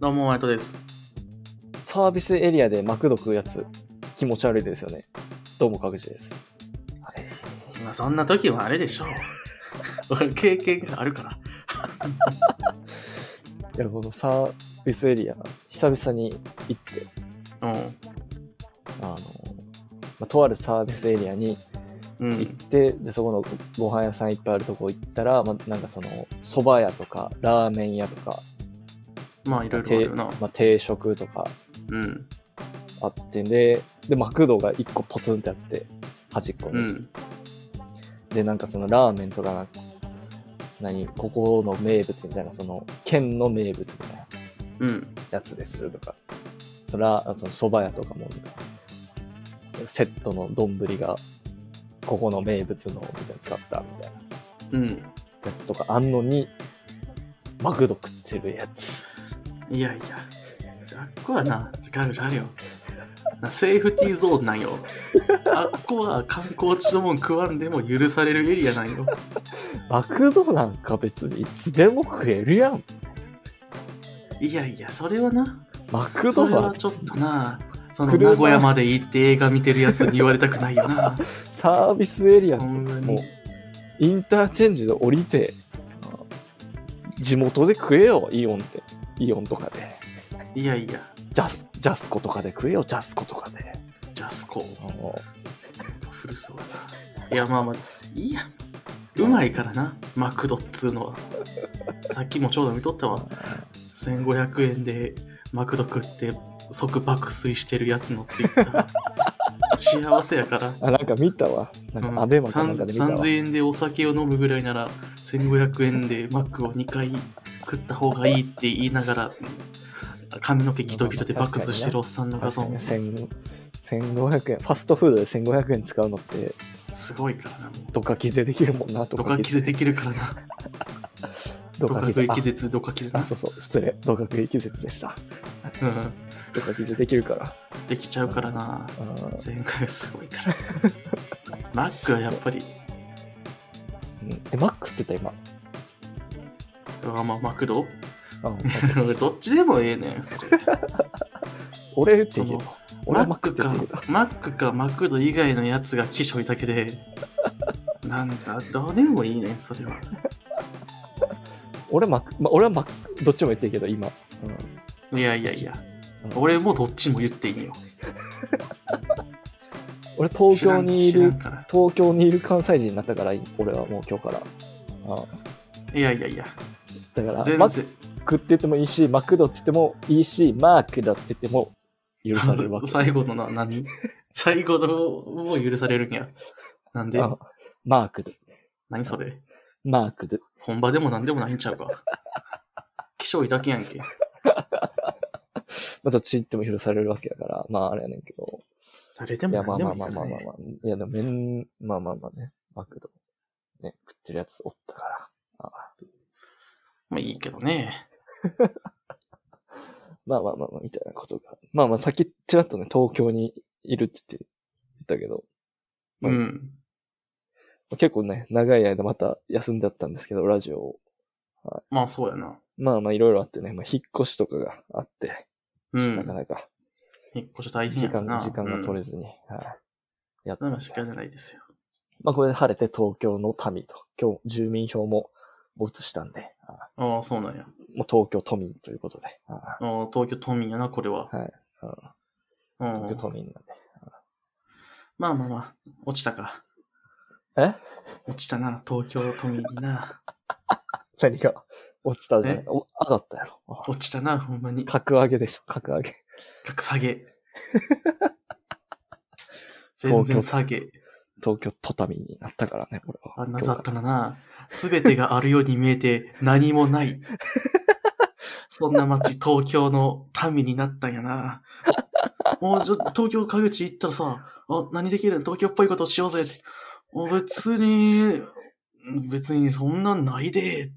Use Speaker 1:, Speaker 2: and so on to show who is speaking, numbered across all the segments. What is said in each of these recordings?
Speaker 1: どうも、ワイトです。
Speaker 2: サービスエリアでマクド食うやつ、気持ち悪いですよね。どうも、かぐちです。
Speaker 1: 今、そんな時はあれで しょう。俺、経験があるから。
Speaker 2: いや、このサービスエリア、久々に行って、
Speaker 1: うん。
Speaker 2: あの、まあ、とあるサービスエリアに
Speaker 1: う
Speaker 2: 行
Speaker 1: ん。
Speaker 2: って、で、そこのご飯屋さんいっぱいあるとこ行ったら、まあ、なんかその、蕎麦屋とか、ラーメン屋とか、
Speaker 1: まあ、いろいろあるよな。
Speaker 2: まあ、定食とか
Speaker 1: うん。
Speaker 2: あってで、で、マクドが一個ポツンってあって、端っこに。
Speaker 1: うん。
Speaker 2: でなんかそのラーメンとかな何ここの名物みたいなその県の名物みたいな
Speaker 1: うん。
Speaker 2: やつですとかそらその蕎麦屋とかもなんかセットの丼がここの名物のみたいな使ったみたいな
Speaker 1: うん。
Speaker 2: やつとかあんのにマクド食ってるやつ
Speaker 1: いやいや。じゃあ、あっこはな、時間があるよ。なセーフティーゾーンなんよ。 あっこは観光地のもん食わんでも許されるエリアなんよ。
Speaker 2: マクドなんか別にいつでも食えるやん
Speaker 1: いやいや、それはな。
Speaker 2: マク
Speaker 1: そ
Speaker 2: ド
Speaker 1: れ
Speaker 2: は
Speaker 1: はちょっとな。その
Speaker 2: 車
Speaker 1: 名古屋まで行って映画見てるやつに言われたくないよな。
Speaker 2: サービスエリア
Speaker 1: ほんま
Speaker 2: もう
Speaker 1: に。
Speaker 2: インターチェンジで降りて、地元で食えよ、イオンって。イオンとかで。
Speaker 1: いやいや、
Speaker 2: ジャス、ジャスコとかで食えよ、ジャスコとかで。
Speaker 1: ジャスコ。
Speaker 2: あの
Speaker 1: 古そうだな。いや、まあまあ、いいや。うまいからな、マクドっつうのは。さっきもちょうど見とったわ。1500円でマクド食って即爆睡してるやつのツイッター。幸せやから。
Speaker 2: あ、なんか見たわ。なんか、アベマかなんかで見たわ。
Speaker 1: 3000円でお酒を飲むぐらいなら1500円でマックを2回食った方がいいって言いながら髪の毛ギトギトで爆睡してるおっさんの画
Speaker 2: 確か
Speaker 1: 像
Speaker 2: にね1000 1500円。ファストフードで1500円使うのって、
Speaker 1: すごいからなもう
Speaker 2: ドカキゼできるもんな、ド
Speaker 1: ドカキゼできるからな
Speaker 2: ド
Speaker 1: ドカ
Speaker 2: カ
Speaker 1: 食
Speaker 2: キゼ
Speaker 1: い。気絶ドカ気絶
Speaker 2: あ
Speaker 1: な
Speaker 2: あ、そうそう、失礼。ドカ食い季節でした。
Speaker 1: うん
Speaker 2: ドカキゼできるから。
Speaker 1: できちゃうからな
Speaker 2: うん
Speaker 1: 前回はすごいから マックはやっぱり
Speaker 2: うんえ、マックって言った今。
Speaker 1: うわまあマクド
Speaker 2: あそうそう
Speaker 1: 俺どっちで もええねんそれ
Speaker 2: 俺って
Speaker 1: その
Speaker 2: 言う。
Speaker 1: マ
Speaker 2: 俺は
Speaker 1: ッ
Speaker 2: マッ
Speaker 1: ク
Speaker 2: クって
Speaker 1: か
Speaker 2: 言うけど。
Speaker 1: マックかマクド以外のやつが希少いだけでなんだどうでもいいねんそれは
Speaker 2: 俺マック、ま、俺はマック、どっちも言っていいけど、今。
Speaker 1: いやいやいや
Speaker 2: うん
Speaker 1: 俺もどっちも言っていいよ
Speaker 2: 俺東京にい
Speaker 1: 知らん知
Speaker 2: る
Speaker 1: らん、から
Speaker 2: 東京にいる関西人になったから、俺はもう今日から。あ
Speaker 1: いやいやいや
Speaker 2: だから、
Speaker 1: 全
Speaker 2: マ
Speaker 1: 然
Speaker 2: ックって言ってもいいし、マクドって言ってもいいし、マークだって言っても許されるわ け。
Speaker 1: 最後のな何最後のも許されるんやなんで
Speaker 2: あマークで、
Speaker 1: 何それ
Speaker 2: マークで。
Speaker 1: 本場でも何でもないんちゃう か。気象いだけやんけ。
Speaker 2: まあ、どっち行っても許されるわけだから、まああれやねんけど。
Speaker 1: 誰で
Speaker 2: い
Speaker 1: も
Speaker 2: や、ま
Speaker 1: 何
Speaker 2: あ
Speaker 1: で
Speaker 2: ま
Speaker 1: も
Speaker 2: あまあまあまあまあ。いや、でもめん、まあまあまあね、マクド。ね、食ってるやつおったから。
Speaker 1: まあいいけどね。
Speaker 2: まあまあまあまあ、みたいなことが。まあまあ、さっきちらっとね、東京にいるって言って言ったけど、ま
Speaker 1: う
Speaker 2: あ
Speaker 1: ん。
Speaker 2: 結構ね、長い間また休んであったんですけど、ラジオを。
Speaker 1: まあそうやな。
Speaker 2: まあまあ、いろいろあってね、まあ、引っ越しとかがあって、
Speaker 1: う
Speaker 2: なか
Speaker 1: ん。
Speaker 2: なか
Speaker 1: 引っ越し大変
Speaker 2: 時
Speaker 1: やか
Speaker 2: 間,、
Speaker 1: らな。
Speaker 2: 時間が取
Speaker 1: れ
Speaker 2: れずに、はい。やって
Speaker 1: うん。なら仕方ないですよ。
Speaker 2: まあ、これで晴れて東京の民と、今日住民票も移したんで、はい
Speaker 1: ああ、そうなんや。
Speaker 2: もう東京都民ということで、は
Speaker 1: ああ東京都民やな、これは。
Speaker 2: いはい。うん
Speaker 1: う
Speaker 2: 東京
Speaker 1: ん。
Speaker 2: 都民なんで。
Speaker 1: まあまあまあ、落ちたか。
Speaker 2: え
Speaker 1: 落ちたな、東京都民にな。
Speaker 2: 何が落ちたじゃな
Speaker 1: え
Speaker 2: いお上がったやろ。あ
Speaker 1: 落ちたな、ほんまに。
Speaker 2: 格上げでしょ、格上げ。
Speaker 1: 格下 げ。全然下げ。
Speaker 2: 東京都民になったからね、これは。
Speaker 1: あんなざっとなな。すべてがあるように見えて何も ない。そんな街、東京の民になったんやな。もうちょ、東京川口行ったらさ、あ、何できる東京っぽいことしようぜって。あ別に、別にそんなんないで。っ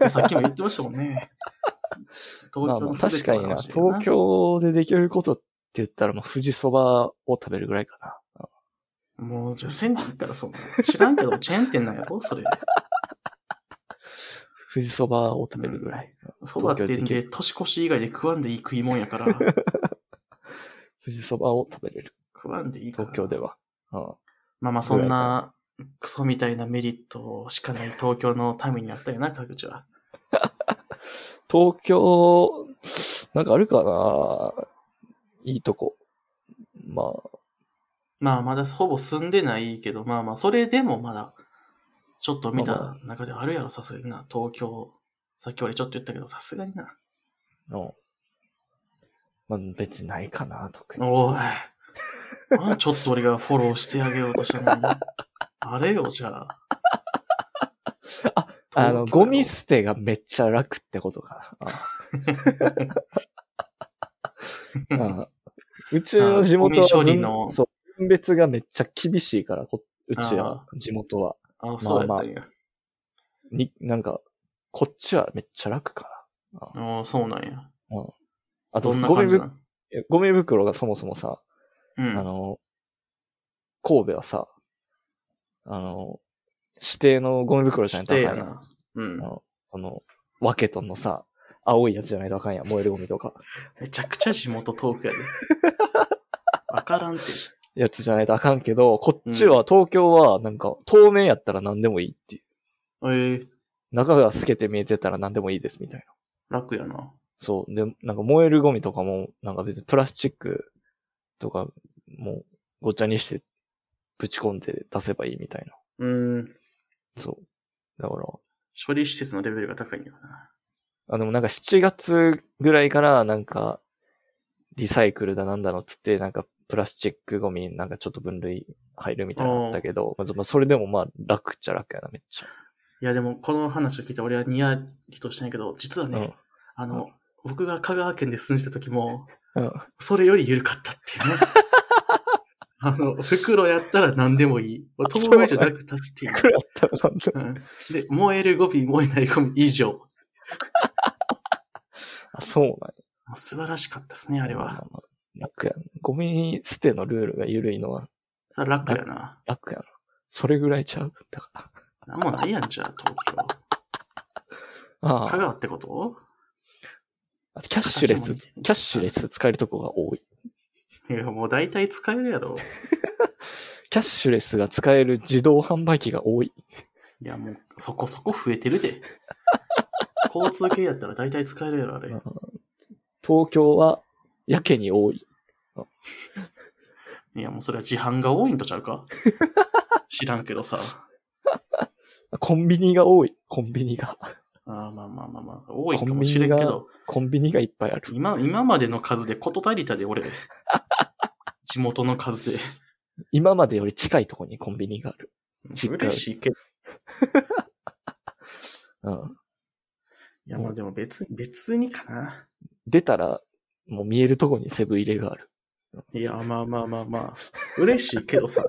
Speaker 1: てさっきも言ってましたもんね。東京
Speaker 2: まあまあ
Speaker 1: の
Speaker 2: 確
Speaker 1: 全て
Speaker 2: か
Speaker 1: を
Speaker 2: にな、
Speaker 1: 表してる
Speaker 2: 東京でできることって言ったら、まあ、富士そばを食べるぐらいかな。
Speaker 1: もう、じゃあ、千行ったらそうなの。知らんけど、チェーン店なんやろそれ。
Speaker 2: 富士そばを食べるぐらい。
Speaker 1: そばってん
Speaker 2: 東京
Speaker 1: で、年越し以外で食わんでいい食いもんや から、
Speaker 2: 富士そばを食べれる。
Speaker 1: 食わんでいいから。
Speaker 2: 東京では。うん。
Speaker 1: まあまあそんな、クソみたいなメリットしかない東京の民になったよな、川口は。
Speaker 2: 東京、なんかあるかないいとこ。まあ、
Speaker 1: まあまだほぼ住んでないけど、まあまあそれでもまだ、ちょっと見た中ではあるやろ、さすがにな、東京。さっき俺ちょっと言ったけど、さすがにな。
Speaker 2: うん。まあ、別にないかな、特に。
Speaker 1: おい。あちょっと俺がフォローしてあげようとしたのに。あれよ、じゃあ。
Speaker 2: あの、ゴ ミ
Speaker 1: す
Speaker 2: 捨てがめっちゃ楽ってことかな。うんうんうちの地元は
Speaker 1: ゴミ処理
Speaker 2: 分
Speaker 1: の
Speaker 2: そう分別がめっちゃ厳しいから、こうち
Speaker 1: あ
Speaker 2: は、地元は。
Speaker 1: あ、そうやったんや。
Speaker 2: に、なんか、こっちはめっちゃ楽か
Speaker 1: ああ、そうなんや。
Speaker 2: な。あと、
Speaker 1: どんな
Speaker 2: ゴミ
Speaker 1: 感じ
Speaker 2: ぶ
Speaker 1: なの
Speaker 2: ゴミ袋がそもそもさ、
Speaker 1: う
Speaker 2: あ
Speaker 1: ん。
Speaker 2: の、神戸はさ、あの、指定のゴミ袋じゃないとあ
Speaker 1: して
Speaker 2: か
Speaker 1: や
Speaker 2: んやん
Speaker 1: な。。うん。
Speaker 2: その、ワケトンのさ、青いやつじゃないとあかんやん、燃えるゴミとか。
Speaker 1: めちゃくちゃ地元トー クやで。わからんて。
Speaker 2: やつじゃないとあかんけど、こっちは、東京は、なんか、透明やったら何でもいいっていう。
Speaker 1: ええ
Speaker 2: 中が透けて見えてたら何でもいいです、みたいな。
Speaker 1: 楽やな。
Speaker 2: そう。で、なんか燃えるゴミとかも、なんか別にプラスチックとか、もう、ごっちゃにして、ぶち込んで出せばいいみたいな。
Speaker 1: うん。
Speaker 2: そう。だから、
Speaker 1: 処理施設のレベルが高いんやな。
Speaker 2: あ、でもなんか7月ぐらいからなんか、リサイクルだなんだのっつって、なんかプラスチックゴミなんかちょっと分類入るみたいなのあったけど、まあ、まあそれでもまあ楽っちゃ楽やな、めっちゃ。
Speaker 1: いや、でも、この話を聞いて俺はニヤリとしたんやけど、実はね、
Speaker 2: うん
Speaker 1: あの、僕が香川県で住んでた時も、
Speaker 2: うん。
Speaker 1: それより緩かったっていうね。あの、袋やったら何でもいい。透明じゃなくたっていい。
Speaker 2: これやったらなん
Speaker 1: う
Speaker 2: だ。
Speaker 1: ん、で、燃えるゴミ、燃えないゴミ以上。も
Speaker 2: あ、そうなんや。
Speaker 1: う素晴らしかったですね、あれ
Speaker 2: ま
Speaker 1: は。
Speaker 2: まあ。楽やな。ゴミ捨てのルールが緩いのは
Speaker 1: それは楽やな。
Speaker 2: 楽やな。それぐらいちゃうだから。
Speaker 1: なんもないやん、じゃあ、東京。
Speaker 2: あ
Speaker 1: 香
Speaker 2: あ。
Speaker 1: 川ってこと
Speaker 2: あとキャッシュレス、
Speaker 1: 形
Speaker 2: キ
Speaker 1: もね
Speaker 2: ャッシュレス使えるとこが多い。
Speaker 1: いや、もう大体使えるやろ。
Speaker 2: キャッシュレスが使える自動販売機が多い。
Speaker 1: いや、もうそこそこ増えてるで。交通系やったら大体使えるやろ、あれ。
Speaker 2: うん東京はやけに多い。
Speaker 1: いや、もうそれは自販が多いんとちゃうか知らんけどさ。
Speaker 2: コンビニが多い。コンビニが。
Speaker 1: あーまあまあまあまあ、多いかもしれんけど、
Speaker 2: コンビニがいっぱいある。
Speaker 1: 今、今までの数でこと足りたで、俺。地元の数で。
Speaker 2: 今までより近いとこにコンビニがある。実家
Speaker 1: 嬉しいけど。
Speaker 2: うん。
Speaker 1: いや、まあでも別、別にかな。
Speaker 2: 出たら、もう見えるとこにセブン入れがある。
Speaker 1: いや、まあまあまあまあ、嬉しいけどさ。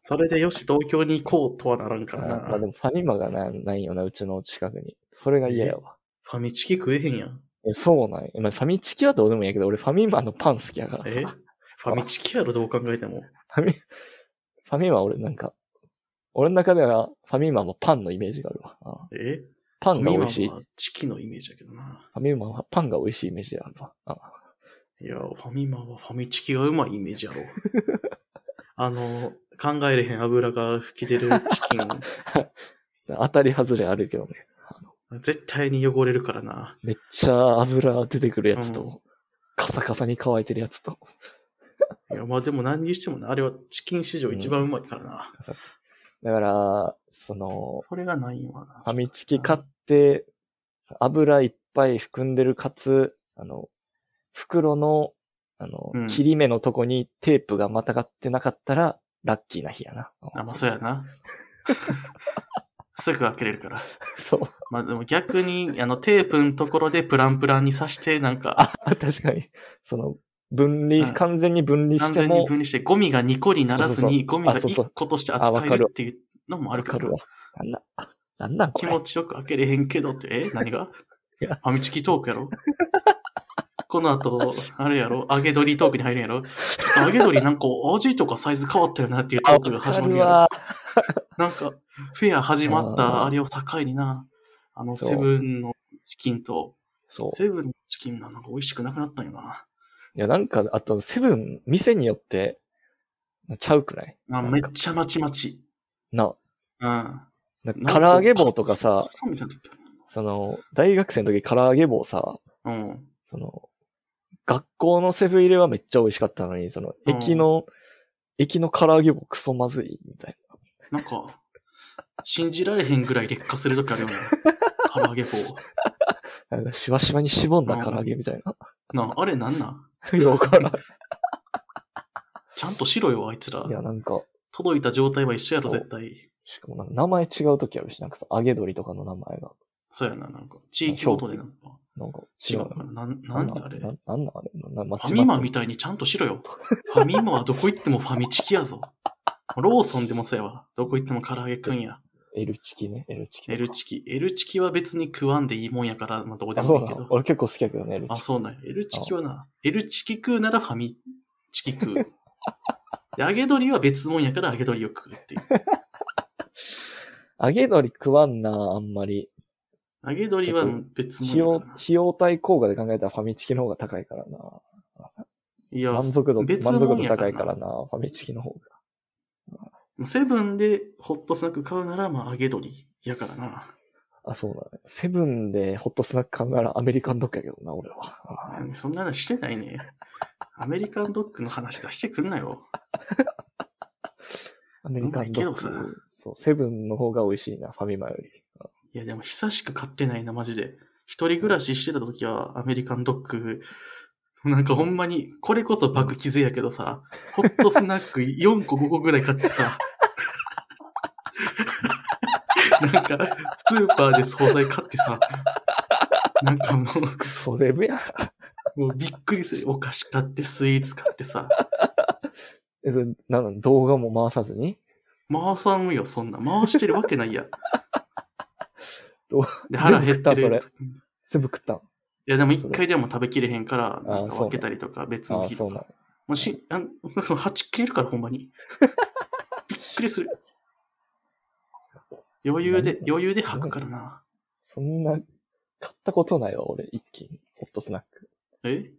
Speaker 1: それでよし、東京に行こうとはならんから
Speaker 2: あまあ
Speaker 1: な
Speaker 2: で。もファミマがなないよな、うちの近くに。それが嫌やわ。
Speaker 1: ファミチキ食えへんやん。
Speaker 2: えそうなんや。まあ、ファミチキはどうでもいいんやけど、俺ファミマのパン好きやからさ。
Speaker 1: え
Speaker 2: フ
Speaker 1: ファミチキやろ、どう考えても。
Speaker 2: ァミ、ファミマ俺なんか、俺の中ではファミマもパンのイメージがあるわ。あ
Speaker 1: え
Speaker 2: パ
Speaker 1: ファ
Speaker 2: ンが
Speaker 1: ミ
Speaker 2: 美
Speaker 1: マ
Speaker 2: 味しい。フ
Speaker 1: はチキのイメージだけどな。
Speaker 2: ァミマはパンが美味しいイメージがあるわ。あ
Speaker 1: いや、ファミマはファミチキがうまいイメージや ろ。あの、考えれへん油が吹き出るチキン、
Speaker 2: 当たり外れあるけどね。
Speaker 1: 絶対に汚れるからな。
Speaker 2: めっちゃ油出てくるやつと、
Speaker 1: うん
Speaker 2: カサカサに乾いてるやつと。
Speaker 1: いや、まあでも何にしてもな、あれはチキン史上一番うまいからな。
Speaker 2: だから、その、
Speaker 1: それがないんわな。
Speaker 2: ファミチキ買って、油いっぱい含んでるかつ、あの、袋の、あの、
Speaker 1: うん
Speaker 2: 切り目のとこにテープがまたがってなかったら、ラッキーな日やな。
Speaker 1: あ、まあそうやな。 すぐ開けれるから。
Speaker 2: そう。
Speaker 1: まあでも逆に、あの、テープのところでプランプランに刺して、なんか、
Speaker 2: あ、確かに。その、分離、
Speaker 1: うん
Speaker 2: 完全に分
Speaker 1: 完
Speaker 2: 離して
Speaker 1: 全に
Speaker 2: も、
Speaker 1: 分離して、ゴミが2個にならず
Speaker 2: そうそうそ
Speaker 1: に、
Speaker 2: う
Speaker 1: ゴミが
Speaker 2: あそうそう
Speaker 1: 1個として扱えるっていうのもある
Speaker 2: わ
Speaker 1: か
Speaker 2: からる、わ。なんだ、なんなんこ
Speaker 1: 気
Speaker 2: れ
Speaker 1: 持。ちよく開けれへんけどって、え何が フ
Speaker 2: いや
Speaker 1: ァミチキトークやろこの後、あれやろ揚げ鶏トークに入るんやろちょっと揚げ鶏なんか味とかサイズ変わったよなっていうト
Speaker 2: あ、
Speaker 1: ーク
Speaker 2: わ
Speaker 1: が
Speaker 2: か
Speaker 1: 始ま
Speaker 2: る
Speaker 1: るやろ
Speaker 2: わ。
Speaker 1: なんか、フェア始まっ
Speaker 2: あ
Speaker 1: た
Speaker 2: ー
Speaker 1: あれを境にな、あの、セブンのチキンと、
Speaker 2: そう。
Speaker 1: セブンのチキンがなんか美味しくなくなったんよな。
Speaker 2: いや、なんか、あと、セブン、店によって、ちゃうくない
Speaker 1: あ
Speaker 2: なん
Speaker 1: めっ
Speaker 2: か
Speaker 1: ちゃまちまち。
Speaker 2: な、
Speaker 1: うん。
Speaker 2: なん
Speaker 1: なん
Speaker 2: か唐揚げ棒とかさ
Speaker 1: パ、スタみたいになって
Speaker 2: その、大学生の時唐揚げ棒さ、
Speaker 1: るうん。
Speaker 2: その、学校のセブン入れはめっちゃ美味しかったのに、その、
Speaker 1: うん
Speaker 2: 駅の、駅の唐揚げ棒クソまずい、みたいな。
Speaker 1: なんか、信じられへんぐらい劣化するときあ るよね。唐揚げ棒。
Speaker 2: なんか、しわしわにしぼんだ唐揚げみたい な。
Speaker 1: なあ、あれなんなん
Speaker 2: ようからん
Speaker 1: ちゃんとしろよ、あいつら
Speaker 2: い。や、なんか、
Speaker 1: 届いた状態は一緒やろ、
Speaker 2: そう
Speaker 1: 絶対。
Speaker 2: しかもなんか名前違う時あるし、なんかさ、揚げ鶏とかの名前が、
Speaker 1: そうやな、なんか。地域ごとでなんか。
Speaker 2: なんか違
Speaker 1: 違
Speaker 2: う
Speaker 1: うかな。なん、なんであれ。
Speaker 2: な
Speaker 1: フ
Speaker 2: なんなんあれな間違って
Speaker 1: ァミマみたいにちゃんとしろよ。ファミマはどこ行ってもファミチキやぞ。ローソンでもそうやわ。どこ行っても唐揚げくんや。
Speaker 2: エルチキね、エルチキ。
Speaker 1: エルチキ。エルチキは別に食わんでいいもんやから、まあ、どこで
Speaker 2: あ、そ
Speaker 1: も
Speaker 2: う
Speaker 1: いい
Speaker 2: な
Speaker 1: け
Speaker 2: の
Speaker 1: ど。
Speaker 2: 俺結構好きやけどね、エルチ
Speaker 1: あ、
Speaker 2: キ。
Speaker 1: そうなんや。L チキはな、L チキ食うならファミチキ食う。で、揚げ鶏は別もんやから揚げ鶏を食うっていう。
Speaker 2: 揚げ鶏食わんな、あんまり。
Speaker 1: 揚げ鶏は別
Speaker 2: 費
Speaker 1: もんや
Speaker 2: 用、
Speaker 1: から
Speaker 2: 費用対効果で考えたらファミチキの方が高いからな。
Speaker 1: いや
Speaker 2: 満足度、
Speaker 1: 別
Speaker 2: 満足
Speaker 1: もん
Speaker 2: 度
Speaker 1: や
Speaker 2: 高いから
Speaker 1: な
Speaker 2: な、ファミチキの方が。
Speaker 1: セブンでホットスナック買うなら、まあ揚げ鶏やからな。
Speaker 2: あ、そうだね。セブンでホットスナック買うならアメリカンドッグやけどな、俺は。あー
Speaker 1: 何そんな話してないね。アメリカンドッグの話出してくんなよ。
Speaker 2: アメリカ
Speaker 1: うま
Speaker 2: ンドッグ。
Speaker 1: いけどさ
Speaker 2: そう、セブンの方が美味しいな、ファミマより。
Speaker 1: いや、でも久しく買ってないな、マジで。一人暮らししてた時はアメリカンドッグ、なんかほんまに、これこそ爆気ぜやけどさ、ホットスナック4個5個ぐらい買ってさ、なんか、スーパーで惣菜買ってさ、なんかも
Speaker 2: クソデブやん。
Speaker 1: う、もうびっくりする。お菓子買って、スイーツ買ってさ、
Speaker 2: え、それ、なの動画も回さずに
Speaker 1: 回さんよ、そんな。回してるわけないやん。
Speaker 2: どう
Speaker 1: で、腹減っ
Speaker 2: 全部食った
Speaker 1: て
Speaker 2: そ
Speaker 1: る
Speaker 2: れ。全部食ったん
Speaker 1: いや、でも一回でも食べきれへんから、
Speaker 2: れ
Speaker 1: なんか分けたりとか別
Speaker 2: あ
Speaker 1: の
Speaker 2: あ、
Speaker 1: 日
Speaker 2: そ
Speaker 1: とか
Speaker 2: うな。の。
Speaker 1: もうし、あの、8切れるから、ほんまに。びっくりす る。余裕で、余裕で吐くからな。
Speaker 2: そんな、買ったことないわ、俺、一気に。ホットスナック。
Speaker 1: え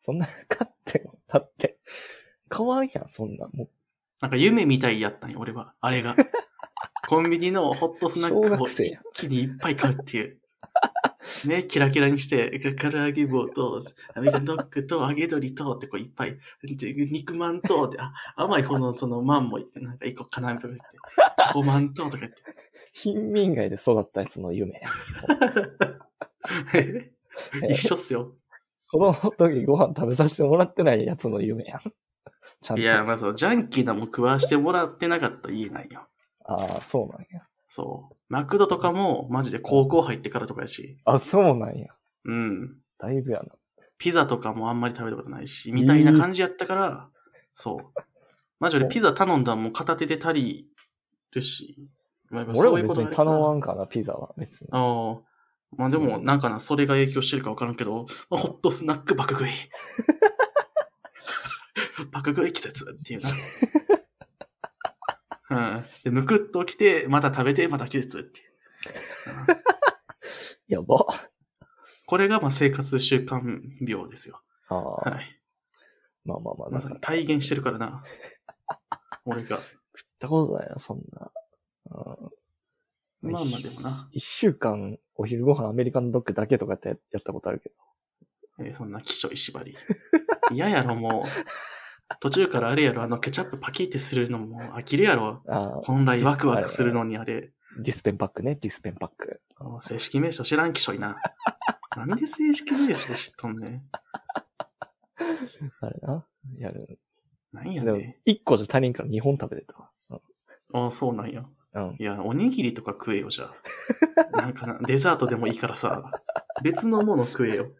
Speaker 2: そんな、買っても、だって、買わんやん、そんな。もう、
Speaker 1: なんか夢みたいやったんよ、俺は。あれが。 コンビニのホットスナッ
Speaker 2: 小
Speaker 1: クを
Speaker 2: 学生
Speaker 1: 一気にいっぱい買うっていう。ね、キラキラにして、唐揚げ棒と、アメリカンドッグと、揚げ鶏と、ってこういっぱい、で肉まんと、であ甘い方のそのまんも、なんか一個かなみとか言って、チョコまんと、とか言って。
Speaker 2: 貧民街で育ったやつの夢。
Speaker 1: 一緒っすよ。
Speaker 2: 子供の時ご飯食べさせてもらってないやつの夢やん。ちゃんと。
Speaker 1: いや、まあそう、ジャンキーなもん食わしてもらってなかったら言えないよ。
Speaker 2: ああ、そうなんや。
Speaker 1: そう。マクドとかも、マジで高校入ってからとかやし。
Speaker 2: あ、そうなんや。
Speaker 1: うん。
Speaker 2: だいぶやな。
Speaker 1: ピザとかもあんまり食べたことないし、みたいな感じやったから、そう。マジでピザ頼んだらもう片手で足りるし。まあ、やっぱ
Speaker 2: 俺
Speaker 1: そ
Speaker 2: も
Speaker 1: ういうこ
Speaker 2: 別
Speaker 1: と
Speaker 2: に頼ま
Speaker 1: ん。
Speaker 2: んから、ピザは。別に。
Speaker 1: ああ。まあでも、なんかな、それが影響してるかわからんけど、まあ、ホットスナック爆食い。 爆食い季節って いうな。うん。で、むくっと来て、また食べて、また季節っていう。
Speaker 2: やば。
Speaker 1: これが、まあ、生活習慣病ですよ。
Speaker 2: ああ、
Speaker 1: はい。
Speaker 2: まあまあま
Speaker 1: ま
Speaker 2: あ、なんか
Speaker 1: さに
Speaker 2: 食っ
Speaker 1: 体現してるから な。俺が。
Speaker 2: たことないな、そんな。うん
Speaker 1: まあまあでもな。
Speaker 2: 一週間、お昼ご飯アメリカンドッグだけとかってやったことあるけど。
Speaker 1: えーそんなきしょい縛り。 嫌やろ、もう。途中からあれやろ、あのケチャップパキってするのも飽きるやろ。
Speaker 2: ああ、
Speaker 1: 本来ワクワクするのにあれ。
Speaker 2: ディスペンパックね、ディスペンパック。
Speaker 1: あの正式名称知らんきしょいな。なんで正式名称知っとんねん。
Speaker 2: あれな。やる。
Speaker 1: なんや
Speaker 2: でも
Speaker 1: ね、
Speaker 2: 一個じゃ足りんから二本食べてたわ。
Speaker 1: ん。ああ、そうなんや。
Speaker 2: うん。
Speaker 1: いや、おにぎりとか食えよ、じゃあ。なんかな、デザートでもいいからさ、別のもの食え よ。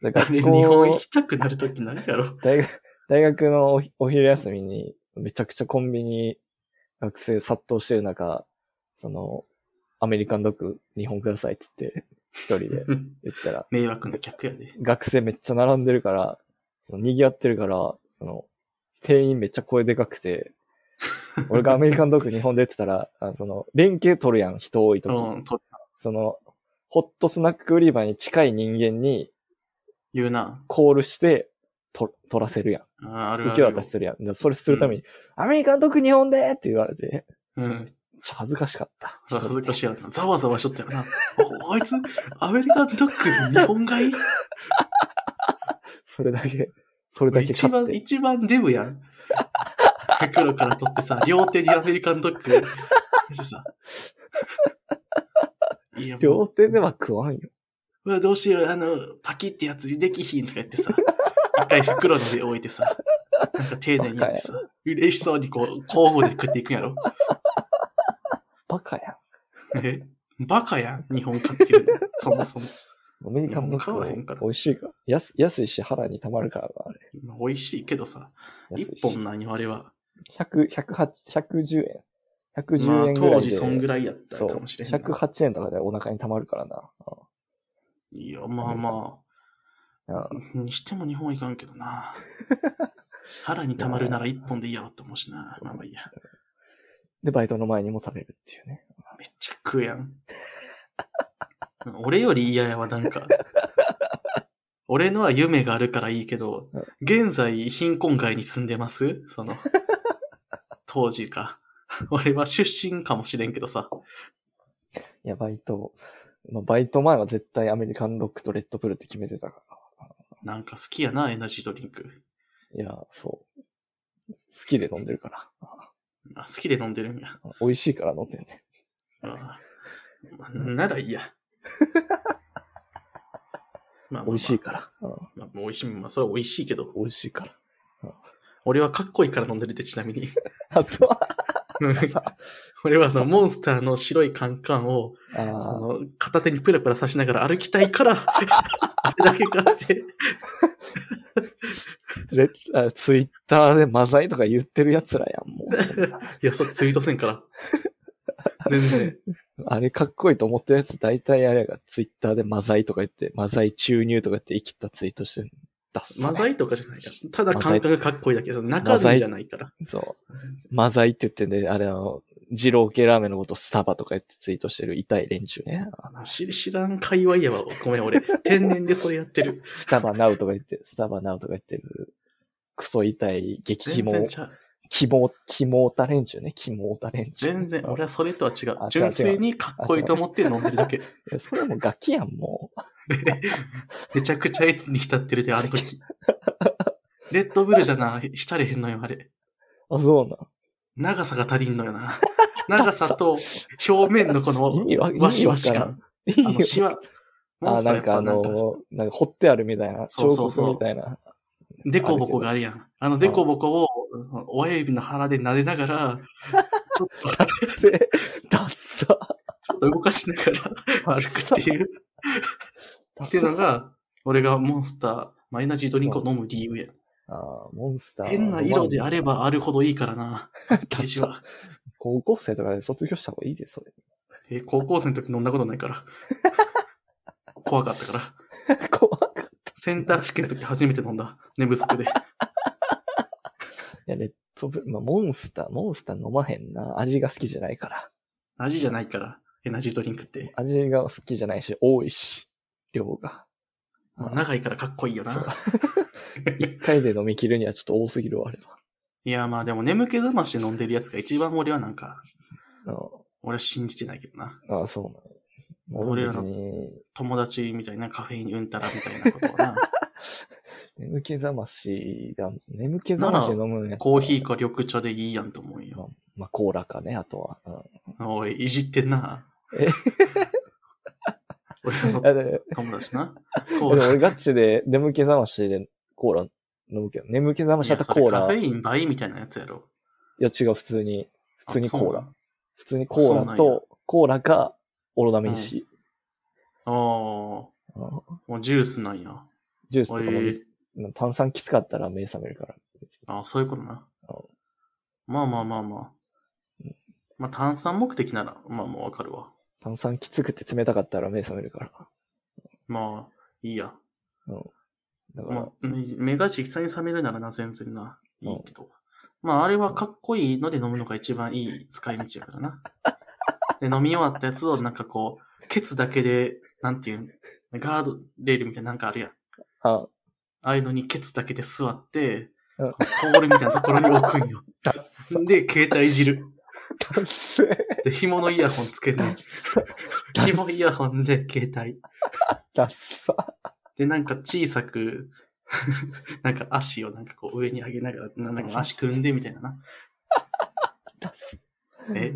Speaker 2: だから
Speaker 1: あれ、 日本行きたくなるときないやろ。
Speaker 2: 大学、大学のおひお昼休みに、めちゃくちゃコンビニ学生殺到してる中、その、アメリカンドッグ2本くださいって言って、一人で
Speaker 1: うん
Speaker 2: 言ったら、
Speaker 1: 迷惑な客やで。
Speaker 2: 学生めっちゃ並んでるから、その賑わってるから、その、店員めっちゃ声でかくて、俺がアメリカンドッグ2本でって言ったら、あのその、連携取るやん、人多い 時。
Speaker 1: うん、と
Speaker 2: その、ホットスナック売り場に近い人間に
Speaker 1: 言うな。
Speaker 2: コールして、と、取らせるやん。
Speaker 1: あーあるあるよ。
Speaker 2: 受け渡しするやん。でそれするために、アメリカンドッグ日本でって言われて、めっ
Speaker 1: うん。
Speaker 2: ちゃ恥ずかしかった。
Speaker 1: 恥ずかしい
Speaker 2: い。
Speaker 1: やろな。ざわざわしとったよな。おあいつ、アメリカンドッグ日本買い
Speaker 2: それだけ、それだけ
Speaker 1: 一
Speaker 2: 買っ
Speaker 1: 番、
Speaker 2: て。
Speaker 1: 一番デブやん。袋から取ってさ、両手にアメリカンドッグ。してさ。いや、もう
Speaker 2: 両手では食わんよ。
Speaker 1: うわ、どうしよう、あの、パキってやつできひんとか言ってさ、一回袋の上置いてさ、なんか丁寧にやってさ、嬉しそうにこう、交互で食っていくんやろ。
Speaker 2: バカや
Speaker 1: えバカやん、日本買ってるのそもそも。
Speaker 2: ん。アメリカンドッグは
Speaker 1: 買わへんから
Speaker 2: 美味しいから。安安いし腹に溜まるからな、あれ。
Speaker 1: まあ美味しいけどさ、
Speaker 2: 安い
Speaker 1: 一
Speaker 2: し。
Speaker 1: 本なんよ、あれは。
Speaker 2: 100、108、110円。110
Speaker 1: まあ、
Speaker 2: 円ぐらいで。
Speaker 1: 当時そんぐらいやった
Speaker 2: そう。
Speaker 1: かもしれんない。
Speaker 2: 108円とかでお腹に溜まるからな。
Speaker 1: いや、まあま
Speaker 2: うん
Speaker 1: あ、にしても日本はいかんけどな。 腹に溜まるなら一本でいいやろって思うしな。
Speaker 2: そう
Speaker 1: まあまあいいや。
Speaker 2: で、バイトの前にも食べるっていうね。
Speaker 1: めっちゃ食うやん。俺より嫌やわ、なんか。俺のは夢があるからいいけど、現在貧困街に住んでますそ の、当時か。俺は出身かもしれんけどさ。
Speaker 2: いや、バイト、まあ、バイト前は絶対アメリカンドッグとレッドブルって決めてたか
Speaker 1: なんか好きやな、エナジードリンク。
Speaker 2: ら。いや、そう。好きで飲んでるから。
Speaker 1: あ好きで飲んでるんや。
Speaker 2: 美味しいから飲んでんね。
Speaker 1: ああならいい や。まあまあまあ
Speaker 2: 美味しい。から。うん
Speaker 1: まあ、美味しい。まあ、それは美味しいけど。
Speaker 2: 美味しいから。
Speaker 1: 俺はかっこいいから飲んでるって、ちなみ に。
Speaker 2: あ、そう。
Speaker 1: 俺はそのモンスターの白いカンカンを、そ
Speaker 2: ああ。
Speaker 1: の片手にプラプラさしながら歩きたい から、あれだけ買って、
Speaker 2: レあツイッターでマザイとか言ってる奴らやん、もうそんな。
Speaker 1: いや、そうツイートせんから。全然。
Speaker 2: あれかっこいいと思ってるやつ、大体あれがツイッターでマザイとか言って、マザイ注入とか言って生きったツイートして出す。
Speaker 1: マザイとかじゃないから。ただカンカンがかっこいいだけ。その中
Speaker 2: マザ
Speaker 1: 身
Speaker 2: イ
Speaker 1: じゃないから。
Speaker 2: そう。マザイって言ってね、あれあの、二郎系ラーメンのことスタバとか言ってツイートしてる痛い連中ね。あの
Speaker 1: 知知らん界隈やわ。ごめん、俺。天然でそれやって る。
Speaker 2: スタバナウとか言って、スタバナウとか言ってる、クソ痛い激
Speaker 1: 全
Speaker 2: 肝
Speaker 1: 然、ちゃう。
Speaker 2: 肝、肝オタ連中ね、肝オタ連中。
Speaker 1: 全然、俺はそれとは違う
Speaker 2: あ違。う
Speaker 1: 純粋にかっこいいと思って飲んでるだけ。
Speaker 2: いやそれもうガキやん、もう。
Speaker 1: めちゃくちゃいつに浸ってるで、あの時。レッドブルじゃな、浸れへんのよ、あれ。
Speaker 2: あ、そうな。
Speaker 1: 長さが足りんのよ な。長さと表面のこ
Speaker 2: 意
Speaker 1: の
Speaker 2: 味わ意
Speaker 1: わし
Speaker 2: 味わ
Speaker 1: わ
Speaker 2: か
Speaker 1: し感。。
Speaker 2: らん
Speaker 1: あの、シワ。モン
Speaker 2: あ、
Speaker 1: スター
Speaker 2: な
Speaker 1: や
Speaker 2: ん
Speaker 1: っ
Speaker 2: か
Speaker 1: ぱ
Speaker 2: あ
Speaker 1: なん
Speaker 2: の
Speaker 1: か、
Speaker 2: なんか掘ってあるみたいな、
Speaker 1: そうそうそう
Speaker 2: 彫刻みたいな。
Speaker 1: デコボコがあるやん。あのデコボコを、その親指の腹で撫でながら、ちょっと、
Speaker 2: ダッセ、ダッサ、
Speaker 1: ちょっと動かしながら歩くって いう。
Speaker 2: ダ
Speaker 1: っていうの
Speaker 2: ッサ。
Speaker 1: が、俺がモンスター、まあエナジードリンクを飲む理由や。
Speaker 2: あーモンスター。
Speaker 1: 変な色であればあるほどいい からな、ケージは。
Speaker 2: 高校生とかで卒業した方がいいで、それ。
Speaker 1: えー高校生の時飲んだことないから。 怖かったから。
Speaker 2: 怖い。
Speaker 1: センター試験の時初めて飲んだ。寝不足で。
Speaker 2: いや、レッドブル、まあ、モンスター、モンスター飲まへんな。味が好きじゃないから。
Speaker 1: 味じゃないから、エナジードリンクって。
Speaker 2: 味が好きじゃないし、多いし、量が。
Speaker 1: まあ、長いからかっこいいよ
Speaker 2: そう
Speaker 1: な。
Speaker 2: 一回で飲み切るにはちょっと多すぎるわ、あれは。
Speaker 1: いや、まあでも眠気覚ましで飲んでるやつが一番俺はなんか、
Speaker 2: あ
Speaker 1: 俺は信じてないけどな。
Speaker 2: のあ、そうなの。
Speaker 1: 俺
Speaker 2: 俺
Speaker 1: ら
Speaker 2: 別
Speaker 1: の
Speaker 2: に、
Speaker 1: 友達みたいなカフェインうんたらみたいなこと はな。
Speaker 2: 眠気覚ましが、眠気覚ましで飲むね。
Speaker 1: コーヒーか緑茶でいいやんと思うよ。
Speaker 2: まあ、コーラかね、あとは。うん
Speaker 1: おい、いじってんな。
Speaker 2: え
Speaker 1: 俺
Speaker 2: い
Speaker 1: の
Speaker 2: や、で
Speaker 1: 友達な。
Speaker 2: で
Speaker 1: コ
Speaker 2: も
Speaker 1: ーラ。
Speaker 2: 俺ガチで眠気覚ましでコーラ飲むけど、眠気覚ましだったらコー
Speaker 1: いやそ
Speaker 2: ラ。
Speaker 1: れ
Speaker 2: い
Speaker 1: カフェイン倍みたいなやつやろ。
Speaker 2: や、違う、普通に、普通にコーラ。普通にコ
Speaker 1: そう
Speaker 2: ー
Speaker 1: なんや
Speaker 2: ラと、コーラか、オロナミン C。
Speaker 1: あそうなんやあ
Speaker 2: うん
Speaker 1: ー、もうジュースなんや。
Speaker 2: ジュースとかも
Speaker 1: ええ
Speaker 2: 水、炭酸きつかったら目覚めるから。別に
Speaker 1: あーそういうことな
Speaker 2: あ。
Speaker 1: まあまあまあまあ。まあ炭酸目的なら、まあもうわかるわ。
Speaker 2: 炭酸きつくて冷たかったら目覚めるから。
Speaker 1: まあ、いいや。
Speaker 2: だから、
Speaker 1: まあ、目が実際に覚めるならな、全然な。い いけど。まあ、あれはかっこいいので飲むのが一番いい使い道やからな。で、飲み終わったやつをなんかこう、ケツだけで、なんていうんガードレールみたいななんかあるやん。
Speaker 2: あ、
Speaker 1: ああいうのにケツだけで座って、
Speaker 2: う
Speaker 1: ポ
Speaker 2: ん
Speaker 1: ールみたいなところに置くんよ。
Speaker 2: ダッサ、
Speaker 1: で、携帯いじる。
Speaker 2: ダッサ、
Speaker 1: で、紐のイヤホンつける
Speaker 2: ダッサ、
Speaker 1: 紐イヤホンで携帯。
Speaker 2: ダッサ。
Speaker 1: で、なんか小さく、 なんか足をなんかこう上に上げながら、ななんか足組んでみたいなな。
Speaker 2: ダス。
Speaker 1: え、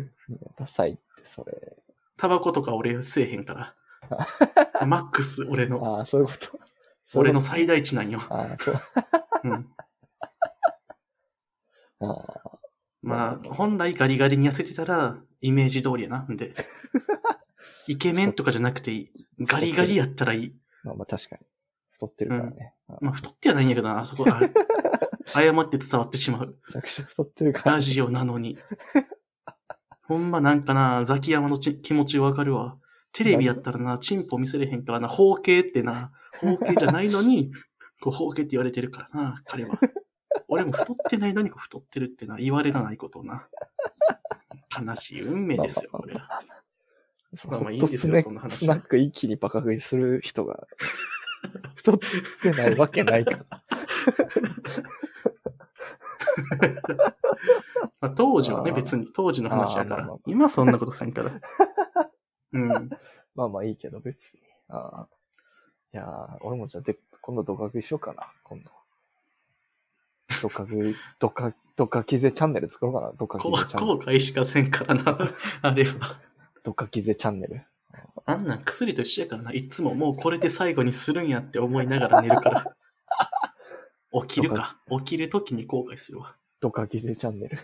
Speaker 2: ダサいって、それ。
Speaker 1: タバコとか俺吸えへんから。マックス俺の、
Speaker 2: ああ、そういうこと。
Speaker 1: 俺の
Speaker 2: そう
Speaker 1: 最大値なんよ。
Speaker 2: いうこと。ああ、そう。
Speaker 1: うん、
Speaker 2: ああ、
Speaker 1: まあ、本来ガリガリに痩せてたら、イメージ通りやな。んで。イケメンとかじゃなくていい。ガリガリやったらいい。
Speaker 2: まあまあ確かに。太ってるからね。ああ
Speaker 1: まあ、太ってはないんやけどな、あそこ。あ誤って伝わってしまう。
Speaker 2: めちゃくちゃ太ってるから
Speaker 1: ラ。ジオなのに。ほんまなんかな、ザキヤマのち気持ちわかるわ。テレビやったらな、チンポ見せれへんからな、包茎ってな、包茎じゃないのに、こう包茎って言われてるからな、彼は。俺も太ってないのにこう太ってるってな、言われがないことをな。悲しい運命ですよ、これは。
Speaker 2: そ
Speaker 1: まあまあいいん
Speaker 2: ホット
Speaker 1: です
Speaker 2: ス
Speaker 1: よ
Speaker 2: ナ
Speaker 1: そんな
Speaker 2: ック、
Speaker 1: 話
Speaker 2: スナック一気にバカ食いする人が、太ってないわけないから。
Speaker 1: まあ、当時はね、
Speaker 2: あー
Speaker 1: 別に、当時の話やか
Speaker 2: あー
Speaker 1: ら
Speaker 2: まあまあまあ。
Speaker 1: 今そんなことせんから。うん。
Speaker 2: まあまあいいけど、別に。ああ。いやー俺もじゃあ、で、今度ドカ食いしようかな、今度。ドカ食い、ドカ、ドカキゼチャンネル作ろうかな、ドカ
Speaker 1: こ
Speaker 2: キゼチャンネ
Speaker 1: 後
Speaker 2: ル。
Speaker 1: 悔しかせんからな、あれは。
Speaker 2: ドカキゼチャンネル。
Speaker 1: あんなん薬と一緒やからな。いつももうこれで最後にするんやって思いながら寝る から。起きるか。起きるときに後悔するわ。
Speaker 2: ドカキゼチャンネル。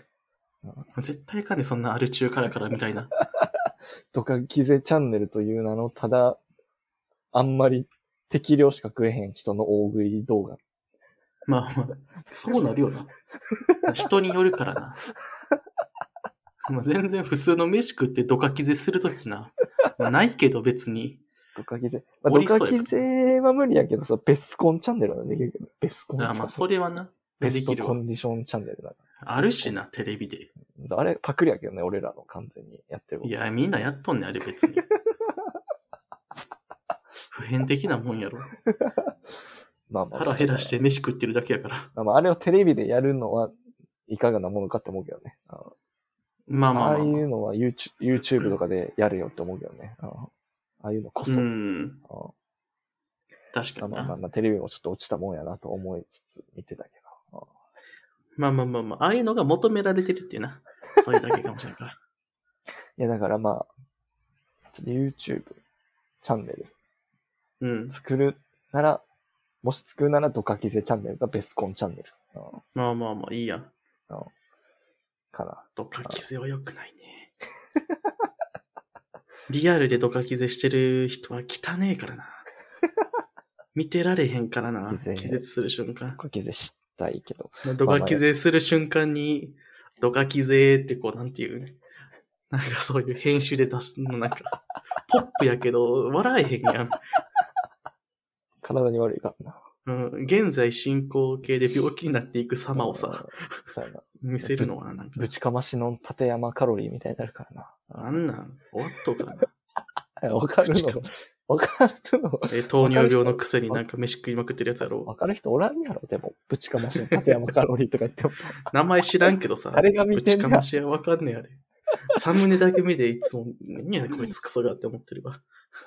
Speaker 1: 絶対かね、そんなアル中からからみたいな。
Speaker 2: ドカキゼチャンネルという名の、ただ、あんまり適量しか食えへん人の大食い動画。
Speaker 1: まあまあ、そうなるよな。人によるからな。まあ、全然普通の飯食ってドカキゼするときな。まあ、ないけど別に。
Speaker 2: ドカキゼ。まあ、
Speaker 1: お
Speaker 2: ド
Speaker 1: りそうや
Speaker 2: カ
Speaker 1: から
Speaker 2: キゼは無理やけどさ、ベスコンチャンネルはできるけど、ベスコンチャ
Speaker 1: あ
Speaker 2: ンネル。
Speaker 1: まあそれはな。
Speaker 2: ベ
Speaker 1: で
Speaker 2: ス
Speaker 1: き
Speaker 2: ト
Speaker 1: る
Speaker 2: コ
Speaker 1: わ。
Speaker 2: ンディションチャンネルだか
Speaker 1: あるしな、テレビで。
Speaker 2: ら。あれ、パクリやけどね、俺らの完全にやってること
Speaker 1: いや、みんなやっとんねん、あれ別 に。普遍的なもんやろ。
Speaker 2: まあまあ。
Speaker 1: 腹減らして飯食ってるだけやから。
Speaker 2: まあまあ、あれをテレビでやるのは、いかがなものかって思うけどね。あの
Speaker 1: まあまあまあ、
Speaker 2: ああいうのは YouTube, YouTube とかでやるよって思うけどね。あのああいうのこそ。
Speaker 1: うん。
Speaker 2: あ
Speaker 1: 確か
Speaker 2: の
Speaker 1: に
Speaker 2: まあまあ
Speaker 1: な。
Speaker 2: まあ、テレビもちょっと落ちたもんやなと思いつつ見てたけど。
Speaker 1: まあまあまあまあ、ああいうのが求められてるっていう な。そういうだけかもしれないから。
Speaker 2: いや、だからまあ、ちょっと YouTube チャンネル
Speaker 1: うん。
Speaker 2: 作るなら、もし作るならドカキゼチャンネルかベスコンチャンネルあの
Speaker 1: まあまあまあ、いいやん。
Speaker 2: かな。
Speaker 1: ドカキゼは良くない ね。リアルでドカキゼしてる人は汚ねえから な。見てられへんからな。
Speaker 2: 気絶
Speaker 1: 気絶する瞬間
Speaker 2: ド。カキゼしたいけど。
Speaker 1: ドカキゼする瞬間に、ドカキゼってこう、なんていう、なんかそういう編集で出すの、なんか、ポップやけど、笑えへんやん。
Speaker 2: 体に悪いからな。
Speaker 1: うん、現在進行形で病気になっていく様をさ、
Speaker 2: うん。そうやな。
Speaker 1: 見せるのはな、なんか
Speaker 2: ぶ、ちかましの立山カロリーみたいになるから
Speaker 1: あんなん、終わっとうからな。
Speaker 2: な。わかる
Speaker 1: ぶちか
Speaker 2: のわかるの
Speaker 1: え糖尿病のくせになんか飯食いまくってるやつや
Speaker 2: わ
Speaker 1: ろ。
Speaker 2: かる人おらんやろでも、ぶちかましの立山カロリーとか 言っても。
Speaker 1: 名前知らんけどさ、
Speaker 2: 誰が見
Speaker 1: ぶ
Speaker 2: て
Speaker 1: ち
Speaker 2: ん
Speaker 1: か
Speaker 2: だ
Speaker 1: ましやわかんねえあれ。サムネだけ見でいつも、何やこいつクソがって思ってるわ。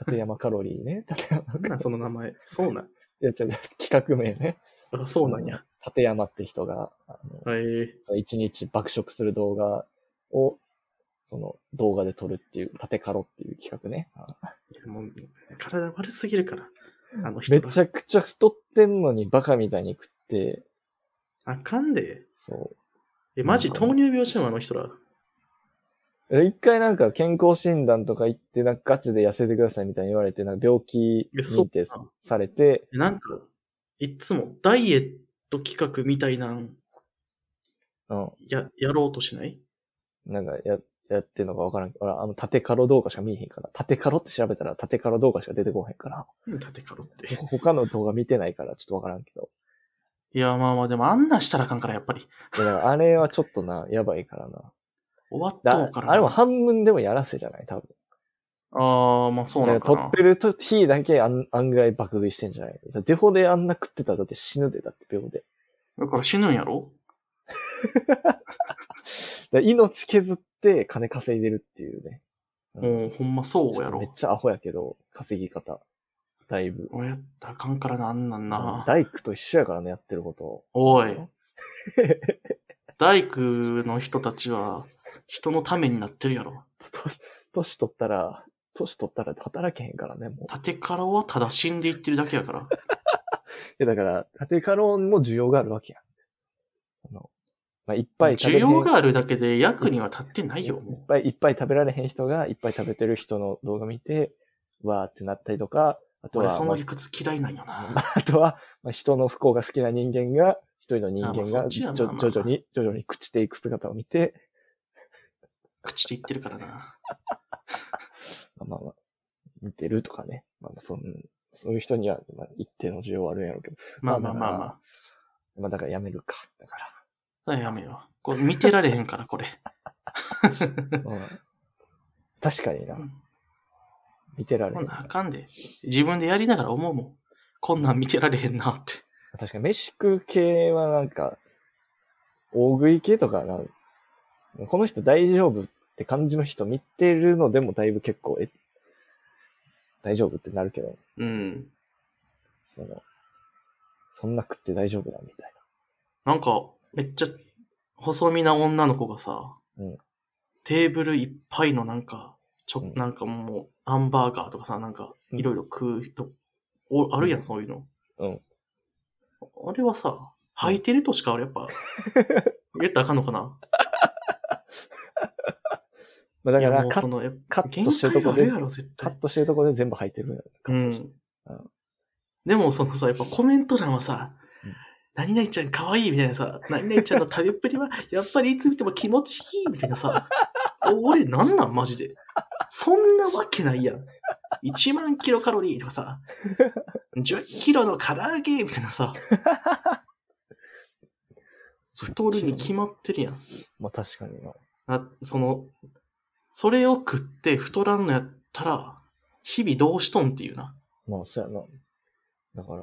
Speaker 2: 立山カロリー ね。立山 カ
Speaker 1: な
Speaker 2: ロリ
Speaker 1: んなん
Speaker 2: ー。
Speaker 1: その名前。そうなん。
Speaker 2: いや、違う違う企画名ね。
Speaker 1: あそうなんや。
Speaker 2: 立山って人が、あ
Speaker 1: え
Speaker 2: の
Speaker 1: ー、
Speaker 2: その一日爆食する動画を、その動画で撮るっていう、縦カロっていう企画ね。
Speaker 1: いやもう、体悪すぎるから。あの人
Speaker 2: め
Speaker 1: が。
Speaker 2: ちゃくちゃ太ってんのにバカみたいに食って、
Speaker 1: あかんで。
Speaker 2: そ
Speaker 1: え、マジ糖尿病じゃん、あの人ら。
Speaker 2: う。え一回なんか健康診断とか行って、なんかガチで痩せてくださいみたいに言われて、なんか病気
Speaker 1: えそう
Speaker 2: 認定
Speaker 1: なん
Speaker 2: されて、
Speaker 1: えなんか、いっつもダイエット企画みたいなん、
Speaker 2: うん。
Speaker 1: や、やろうとしない
Speaker 2: なんかや、やってんのかわからんけど、俺あの、縦カロ動画しか見えへんから、縦カロって調べたら縦カロ動画しか出てこへんから、
Speaker 1: うん縦カロって。
Speaker 2: 他の動画見てないからちょっとわからんけど。
Speaker 1: いや、まあまあ、でもあんなんしたらあかんから、やっぱり。
Speaker 2: いやだからあれはちょっとな、やばいからな。
Speaker 1: 終わっ
Speaker 2: だ
Speaker 1: とうからな。
Speaker 2: あれも半分でもやらせじゃない多分。
Speaker 1: ああ、まあそうな
Speaker 2: だ
Speaker 1: の
Speaker 2: か
Speaker 1: からな。
Speaker 2: 取ってると日だけあんあんぐらい爆食いしてんじゃないだデフォであんな食ってたらだって死ぬで、だって秒で。
Speaker 1: だから死ぬんやろ
Speaker 2: だから命削って金稼いでるっていうね。うん
Speaker 1: もうほんまそうやろ
Speaker 2: めっ。ちゃアホやけど、稼ぎ方。だいぶ。
Speaker 1: 俺やったらあかんからな、あんなんな。
Speaker 2: 大工と一緒やからね、やってること。
Speaker 1: おい。大工の人たちは人のためになってるやろ。
Speaker 2: 年、年取ったら、年取ったら働けへんからね、もう。
Speaker 1: 縦からはただ死んでいってるだけやから。
Speaker 2: いや、だから、縦カロンも需要があるわけやん。あの、まあ、いっぱい食
Speaker 1: 需
Speaker 2: べれへん
Speaker 1: 要があるだけで役には立ってないよ、
Speaker 2: いっ
Speaker 1: も
Speaker 2: ぱいいっぱい食べられへん人が、いっぱい食べてる人の動画見て、わーってなったりとか、あ
Speaker 1: う。
Speaker 2: とは
Speaker 1: 俺、そ
Speaker 2: ま
Speaker 1: の
Speaker 2: あ
Speaker 1: 理屈嫌いなんよな。
Speaker 2: あとは、まあ、人の不幸が好きな人間が、一人の人間
Speaker 1: あまあそ
Speaker 2: が
Speaker 1: っち
Speaker 2: じ
Speaker 1: や
Speaker 2: ょ、
Speaker 1: な
Speaker 2: 徐
Speaker 1: まあまあ
Speaker 2: 々に、徐々に朽ちていく姿を見て、
Speaker 1: 口で言ってるからな。
Speaker 2: まあまあまあ、見てるとかね。まあまあ、そんそういう人には、まあ、一定の需要はあるんやろうけど。
Speaker 1: まあまあまあ
Speaker 2: まあ
Speaker 1: ま
Speaker 2: まあ、だからやめるか。だか
Speaker 1: あ。
Speaker 2: ら。
Speaker 1: やめよう。これ見てられへんから、これ。
Speaker 2: うん確かにな
Speaker 1: う。ん
Speaker 2: 見てられ
Speaker 1: こ
Speaker 2: る
Speaker 1: ん。なんあかんで。自分でやりながら思うもん。こんなん見てられへんなって。
Speaker 2: 確かに、飯食う系はなんか、大食い系とかな、この人大丈夫って感じの人見てるのでもだいぶ結構、え、大丈夫ってなるけど、
Speaker 1: うん。
Speaker 2: その、そんな食って大丈夫だみたい
Speaker 1: なんか、めっちゃ、細身な女の子がさ、
Speaker 2: うん
Speaker 1: テーブルいっぱいのなんか、ちょ、
Speaker 2: うん
Speaker 1: なんかもう、ハンバーガーとかさ、なんか、
Speaker 2: うん
Speaker 1: いろいろ食う人、おあるやん、そういうの。
Speaker 2: うん
Speaker 1: あれはさ、履いてるとしか、俺やっ ぱ、言ったらあかんのかな
Speaker 2: な。まあだ
Speaker 1: い
Speaker 2: か
Speaker 1: や
Speaker 2: ら
Speaker 1: もう
Speaker 2: カ
Speaker 1: そ
Speaker 2: ッ、
Speaker 1: の、やっ
Speaker 2: カ
Speaker 1: ぱ、
Speaker 2: ッ
Speaker 1: 限
Speaker 2: トしてると
Speaker 1: 界
Speaker 2: こ
Speaker 1: がある
Speaker 2: で
Speaker 1: や、ろ、絶
Speaker 2: カ
Speaker 1: 対
Speaker 2: ッ。トしてるとこで全部入ってるんやカ
Speaker 1: う
Speaker 2: ットして
Speaker 1: ん。でも、そのさ、やっぱコメント欄はさ
Speaker 2: うん、
Speaker 1: 何々ちゃん可愛いみたいなさ、何々ちゃんの食べっぷりは、やっぱりいつ見ても気持ちいいみたいなさ、俺なんなんマジで。そんなわけないやん。1万キロカロリーとかさ、10キロの唐揚げみたいなさ、太るに決まってるやん。
Speaker 2: まあ確かにな。
Speaker 1: なその、それを食って太らんのやったら、日々どうしとんっていうな。
Speaker 2: まあそうやな。だから、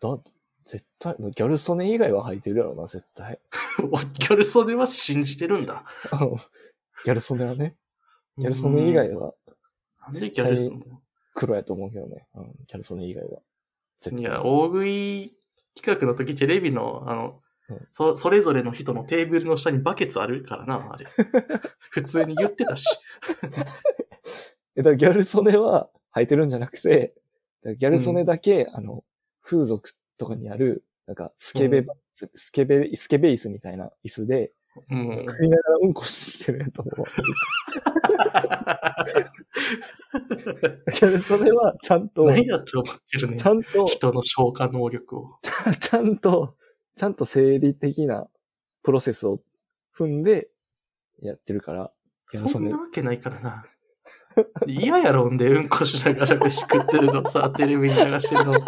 Speaker 2: だ、絶対、ギャル曽根以外は履いてるやろな、絶対。
Speaker 1: ギャルソネは信じてるんだ。
Speaker 2: あのギャル曽根はね。ギャル曽根以外は
Speaker 1: なんでギャルソ
Speaker 2: 黒やと思うけどね。うん、ギャル曽根以外は。絶
Speaker 1: ネい
Speaker 2: 対
Speaker 1: や、大食い企画の時テレビの、あの、
Speaker 2: うん
Speaker 1: そそれぞれの人のテーブルの下にバケツあるからな、あれ。 普通に言ってたし。
Speaker 2: えだからギャル曽根は履いてるんじゃなくて、だからギャル曽根だけ、あの、風俗とかにある、なんか、スケベ、
Speaker 1: うん
Speaker 2: スケベ、スケベ椅子みたいな椅子で、
Speaker 1: うん。
Speaker 2: 食いながらうんこしてるやと思うわ。 ギャル曽根はちゃんと、
Speaker 1: 何やって思ってるね
Speaker 2: ち。ゃ んと、
Speaker 1: 人の消化能力を。
Speaker 2: ちゃんと、ちゃんと生理的なプロセスを踏んでやってるから、 いや
Speaker 1: そん
Speaker 2: そ
Speaker 1: な
Speaker 2: う
Speaker 1: わけないからな。嫌やろんで、うんこしながら飯食ってるのさ、テレビに流して るの。
Speaker 2: だ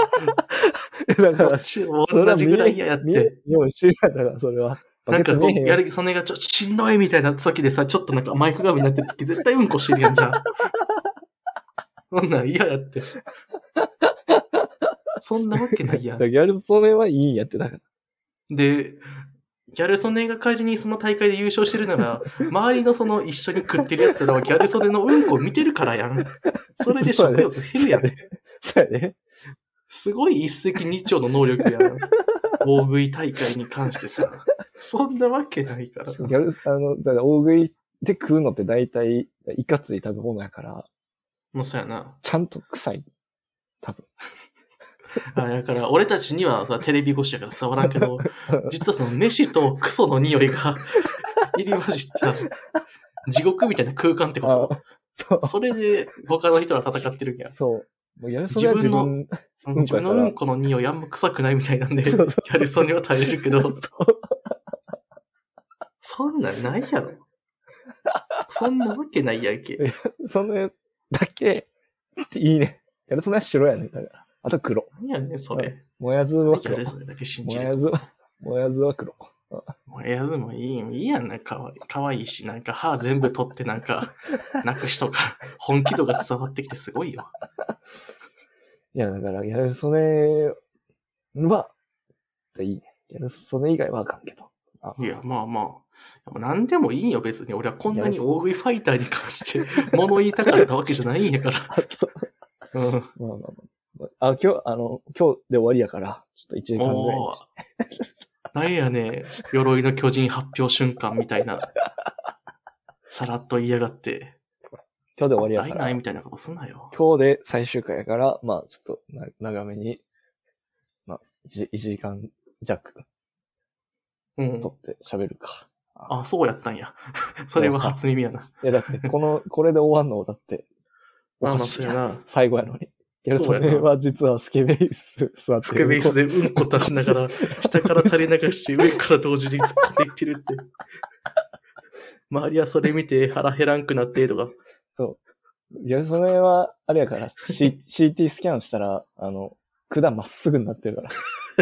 Speaker 1: そ
Speaker 2: から
Speaker 1: っ、ちも同じぐらい嫌やっ
Speaker 2: 見え
Speaker 1: て。
Speaker 2: 見えよう知るやから、それは。
Speaker 1: なんかこう、や
Speaker 2: る。
Speaker 1: る気、それがちょっとしんどいみたいな時でさ、ちょっとなんかマイク側になってる時絶対うんこしてるやんじゃん。 そんなん嫌やって。そんなわけないや
Speaker 2: だ
Speaker 1: ん
Speaker 2: から。ギャル曽根はいいんやって、だから。
Speaker 1: で、ギャル曽根が仮にその大会で優勝してるなら、周りのその一緒に食ってるやつらはギャル曽根のうんこを見てるからやん。それで食欲減るやん。
Speaker 2: そうやね。
Speaker 1: すごい一石二鳥の能力やん。大食い大会に関してさ。そんなわけないから。
Speaker 2: ギャル、あの、だから大食いで食うのって大体、いかつい食べ物やから、
Speaker 1: もうそうやな。
Speaker 2: ちゃんと臭い。
Speaker 1: あだから、俺たちにはさ、テレビ越しやから伝わらんけ ど、実はその飯とクソの匂いが 入り混じった地獄みたいな空間って
Speaker 2: あ
Speaker 1: こ
Speaker 2: そう
Speaker 1: と。。それで他の人は戦ってるんや。
Speaker 2: そう。もうギャル曽根は自
Speaker 1: 自分
Speaker 2: 分、
Speaker 1: その自分のうんこの匂いあんま臭くないみたいなんで、ギ
Speaker 2: そうそ
Speaker 1: ャルソンには耐えれるけ ど、そんなんないやろ。そんなわけないやんけ。
Speaker 2: うそのだけ、いいね。ギャル曽根は白やね。だから。あと黒。
Speaker 1: 何やねん、それ。
Speaker 2: もやずは
Speaker 1: ギャ
Speaker 2: 黒
Speaker 1: ル。ソンだけ信
Speaker 2: も
Speaker 1: じ
Speaker 2: や
Speaker 1: る。
Speaker 2: ずは、もやずは黒。
Speaker 1: もうエアズもいい、いいやんな、かわいかわいいし、なんか歯全部取ってなんか、 泣く人から本気度が伝わってきてすごいよ。
Speaker 2: いや、だから、ギャル曽根は、いいね。ギャル曽根以外はあかんけど。あ
Speaker 1: いや、まあまあ。でも何でもいいよ、別に。俺はこんなに大食いファイターに関 して物言いたかったわけじゃないんやから。
Speaker 2: あ、 そう。
Speaker 1: うん。
Speaker 2: まあまあまあ。あ、今日、あの、今日で終わりやから、ちょっと1時間ぐらい
Speaker 1: お
Speaker 2: に
Speaker 1: ー。なんやね、鎧の巨人発表瞬間みたいな。さらっと言いやがって。
Speaker 2: 今日で終わりや
Speaker 1: ない
Speaker 2: か
Speaker 1: な
Speaker 2: ら、
Speaker 1: い
Speaker 2: 今
Speaker 1: みたいなことすんなよ。
Speaker 2: 日で最終回やから、まあちょっとな長めに、まあ1、一時間弱
Speaker 1: うん
Speaker 2: 取。って喋るか。
Speaker 1: あ、そうやったんや。それは初耳やな。
Speaker 2: え、だって、この、これで終わんの、だって、お
Speaker 1: まあま
Speaker 2: か
Speaker 1: あ、
Speaker 2: し
Speaker 1: そ
Speaker 2: い
Speaker 1: う
Speaker 2: や
Speaker 1: や
Speaker 2: ん
Speaker 1: な。
Speaker 2: 最後やのに。いや、
Speaker 1: そ
Speaker 2: そう
Speaker 1: やな
Speaker 2: れは実はスケベイス座ってる
Speaker 1: スケベイスでうんこ足しながら、下から垂れ流して、上から同時に突っ込んでいってるって。周りはそれ見て腹減らんくなってとか。
Speaker 2: いや、それは、あれやから、C、CT スキャンしたら、あの、管まっすぐになってるか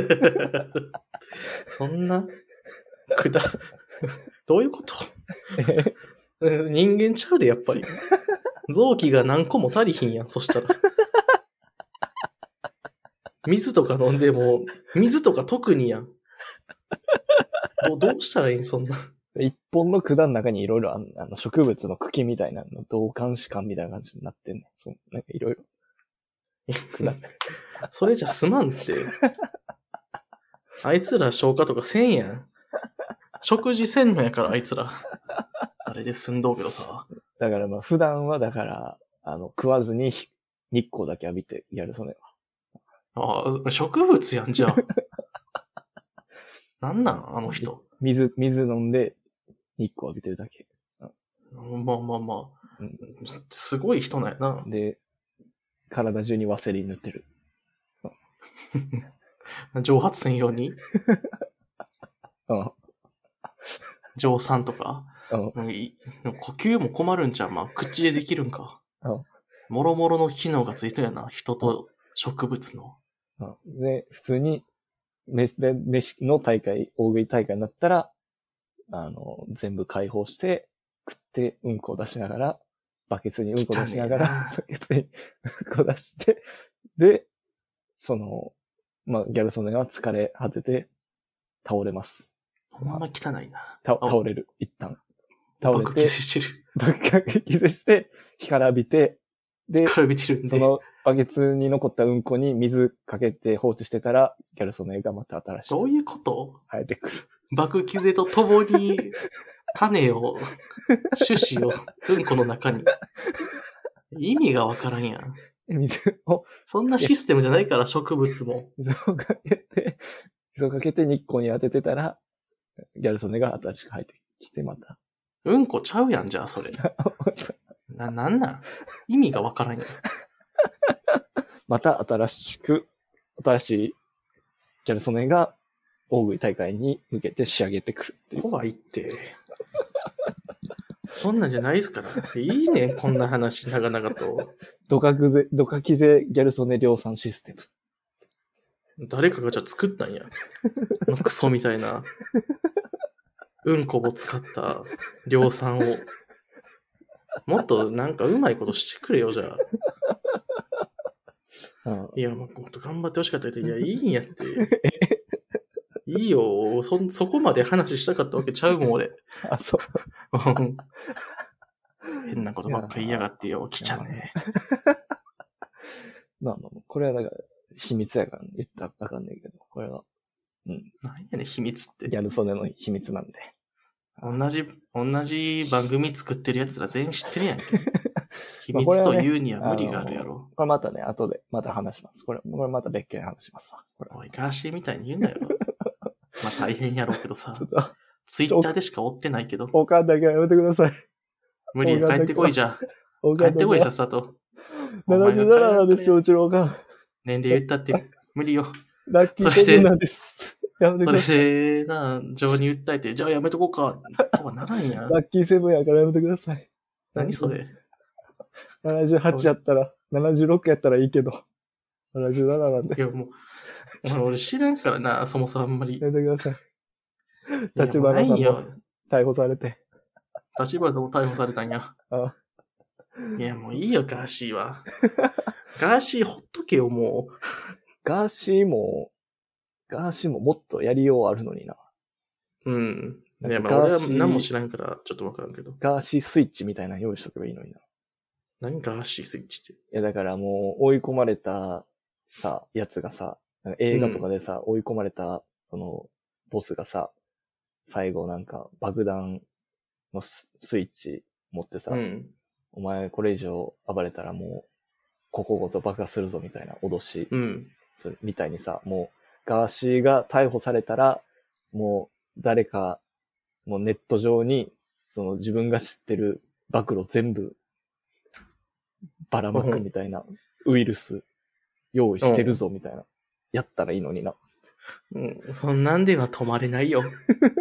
Speaker 2: ら。
Speaker 1: そんな、くだ、どういうことうん人間ちゃうで、やっぱり。臓器が何個も足りひんやん、そしたら。水とか飲んでも、水とか特にやん。どうどうしたらいいん、そんな。
Speaker 2: 一本の管の中にいろいろあんあの植物の茎みたいなの、同感視感みたいな感じになってんね。そう、なんかいろいろ。
Speaker 1: それじゃすまんって。あいつら消化とかせんやん。食事せんのやから、あいつら。あれで済んどうけどさ。
Speaker 2: だからまあ、普段はだから、あの、食わずに日日光だけ浴びてやる、それは。
Speaker 1: ああ、植物やん、じゃあ。なんなん、あの人。
Speaker 2: 水、水飲んで、日光浴びてるだけ。
Speaker 1: まあまあま
Speaker 2: う
Speaker 1: あ
Speaker 2: ん。
Speaker 1: すごい人なんやな。
Speaker 2: で、体中にワセリン塗ってる。
Speaker 1: 蒸発専用に
Speaker 2: うん。
Speaker 1: 蒸散とか。
Speaker 2: うん。
Speaker 1: もうい呼吸も困るんじゃん。まあ、口でできるんか
Speaker 2: うん。
Speaker 1: もろもろの機能がついてるやな。人と植物の。
Speaker 2: うんで、普通に、飯、で、飯の大会、大食い大会になったら、あの、全部解放して、食って、うんこを出しながら、バケツにうんこ出しながら、
Speaker 1: 汚
Speaker 2: バケツにうんこ出して、で、その、まあ、ギャル曽根は疲れ果てて、倒れます。
Speaker 1: ほんま汚いな。
Speaker 2: た倒れる、一旦。倒れ
Speaker 1: 爆気
Speaker 2: て、
Speaker 1: してる。
Speaker 2: 爆撃でして、干からびて、で、
Speaker 1: からびてるん
Speaker 2: そ
Speaker 1: で。
Speaker 2: のバケツに残ったうんこに水かけて放置してたら、ギャルソネがまた新しい
Speaker 1: どういうこと
Speaker 2: 生えてくる。
Speaker 1: 爆気勢とともに、種を、種子を、うんこの中に。意味がわからんやん。
Speaker 2: 水を、
Speaker 1: そんなシステムじゃないから、植物も。
Speaker 2: 水をかけて、 水をかけて日光に当ててたら、ギャルソネが新しく生えてきてまた。
Speaker 1: うんこちゃうやん、じゃあ、それ。な、なんなん意味がわからんやん。
Speaker 2: また新しく、新しいギャルソネが大食い大会に向けて仕上げてくるっていう。
Speaker 1: 怖いって。そんなんじゃないですから。いいねん、こんな話、長々と。
Speaker 2: ドカグゼ、ドカキゼギャルソネ量産システム。
Speaker 1: 誰かがじゃあ作ったんや。のクソみたいな。うんこを使った量産を。もっとなんかうまいことしてくれよ、じゃあ。
Speaker 2: うん。
Speaker 1: いや、まあ、もっと頑張ってほしかったけど、いや、いいんやって。いいよ。そん、そこまで話したかったわけちゃうもん、俺。
Speaker 2: あ、そう。
Speaker 1: うん変なことばっか言いやがってよ、来ちゃうね。
Speaker 2: まあまあ、これはだから、秘密やから、言ったらあかんねんけど、これは、
Speaker 1: なんやねん、秘密って。
Speaker 2: ギャル曽根の秘密なんで。
Speaker 1: 同じ、同じ番組作ってるやつら全員知ってるやん け。秘
Speaker 2: まあこ
Speaker 1: 密
Speaker 2: れは
Speaker 1: と
Speaker 2: ね
Speaker 1: いうには無理があるやろ。
Speaker 2: これまたね、後で、また話します。これ、これまた別件話しますわ。これは
Speaker 1: おい、ガーシーみたいに言うな よ。まあ大変やろうけどさ
Speaker 2: ちょ、っと、
Speaker 1: ツイッターでしか追ってないけど、
Speaker 2: おかんだけはやめてください。
Speaker 1: 無理や、帰ってこいじゃ。
Speaker 2: お
Speaker 1: 帰
Speaker 2: かん
Speaker 1: っ
Speaker 2: だけ
Speaker 1: てこ、
Speaker 2: はい
Speaker 1: さっさと。お前が帰
Speaker 2: 77
Speaker 1: らな
Speaker 2: なんですよ、うちのおかん。
Speaker 1: 年齢言ったって無 理よ。
Speaker 2: ラッキー
Speaker 1: そして
Speaker 2: セブンなんです。やめて
Speaker 1: そ
Speaker 2: く
Speaker 1: れ
Speaker 2: ださい。
Speaker 1: で、なあ、情に訴えて、じゃあやめとこうか、とはならんや
Speaker 2: ラ
Speaker 1: ん。
Speaker 2: ッキーセブンやからやめてください。
Speaker 1: 何それ。
Speaker 2: ?78 やったら、76やったらいいけど、77なんで、
Speaker 1: いやもう、俺俺知らんからな、そもそもあんまり
Speaker 2: や。めてください。
Speaker 1: いや
Speaker 2: 立
Speaker 1: もう
Speaker 2: 花
Speaker 1: な
Speaker 2: さん
Speaker 1: いよ
Speaker 2: も。逮捕されて。
Speaker 1: 立花も逮捕されたんや
Speaker 2: あ。
Speaker 1: いや、もういいよ、ガーシー は。ガーシーほっとけよ、もう。
Speaker 2: ガーシーも、ガーシーももっとやりようあるのにな。
Speaker 1: うん。い
Speaker 2: な
Speaker 1: や、
Speaker 2: んか
Speaker 1: まあ、俺
Speaker 2: ガ
Speaker 1: は
Speaker 2: ーシー
Speaker 1: 何も知らんから、ちょっとわからんけど。
Speaker 2: ガーシースイッチみたいなの用意しとけばいいのにな。い
Speaker 1: 何ガーシースイッチって。
Speaker 2: や、だからもう追い込まれたさ、やつがさ、なんか映画とかでさ、追い込まれた、その、ボスがさ、最後なんか爆弾のススイッチ持ってさ、
Speaker 1: うん。
Speaker 2: お前これ以上暴れたらもう、ここごと爆破するぞみたいな脅し
Speaker 1: うん。
Speaker 2: するみたいにさ、もう、ガーシーが逮捕されたら、もう、誰か、もうネット上に、その自分が知ってる暴露全部、ばらまくみたいな、ウイルス、用意してるぞみたいな、やったらいいのにな。
Speaker 1: うん。そんなんでは止まれない よ。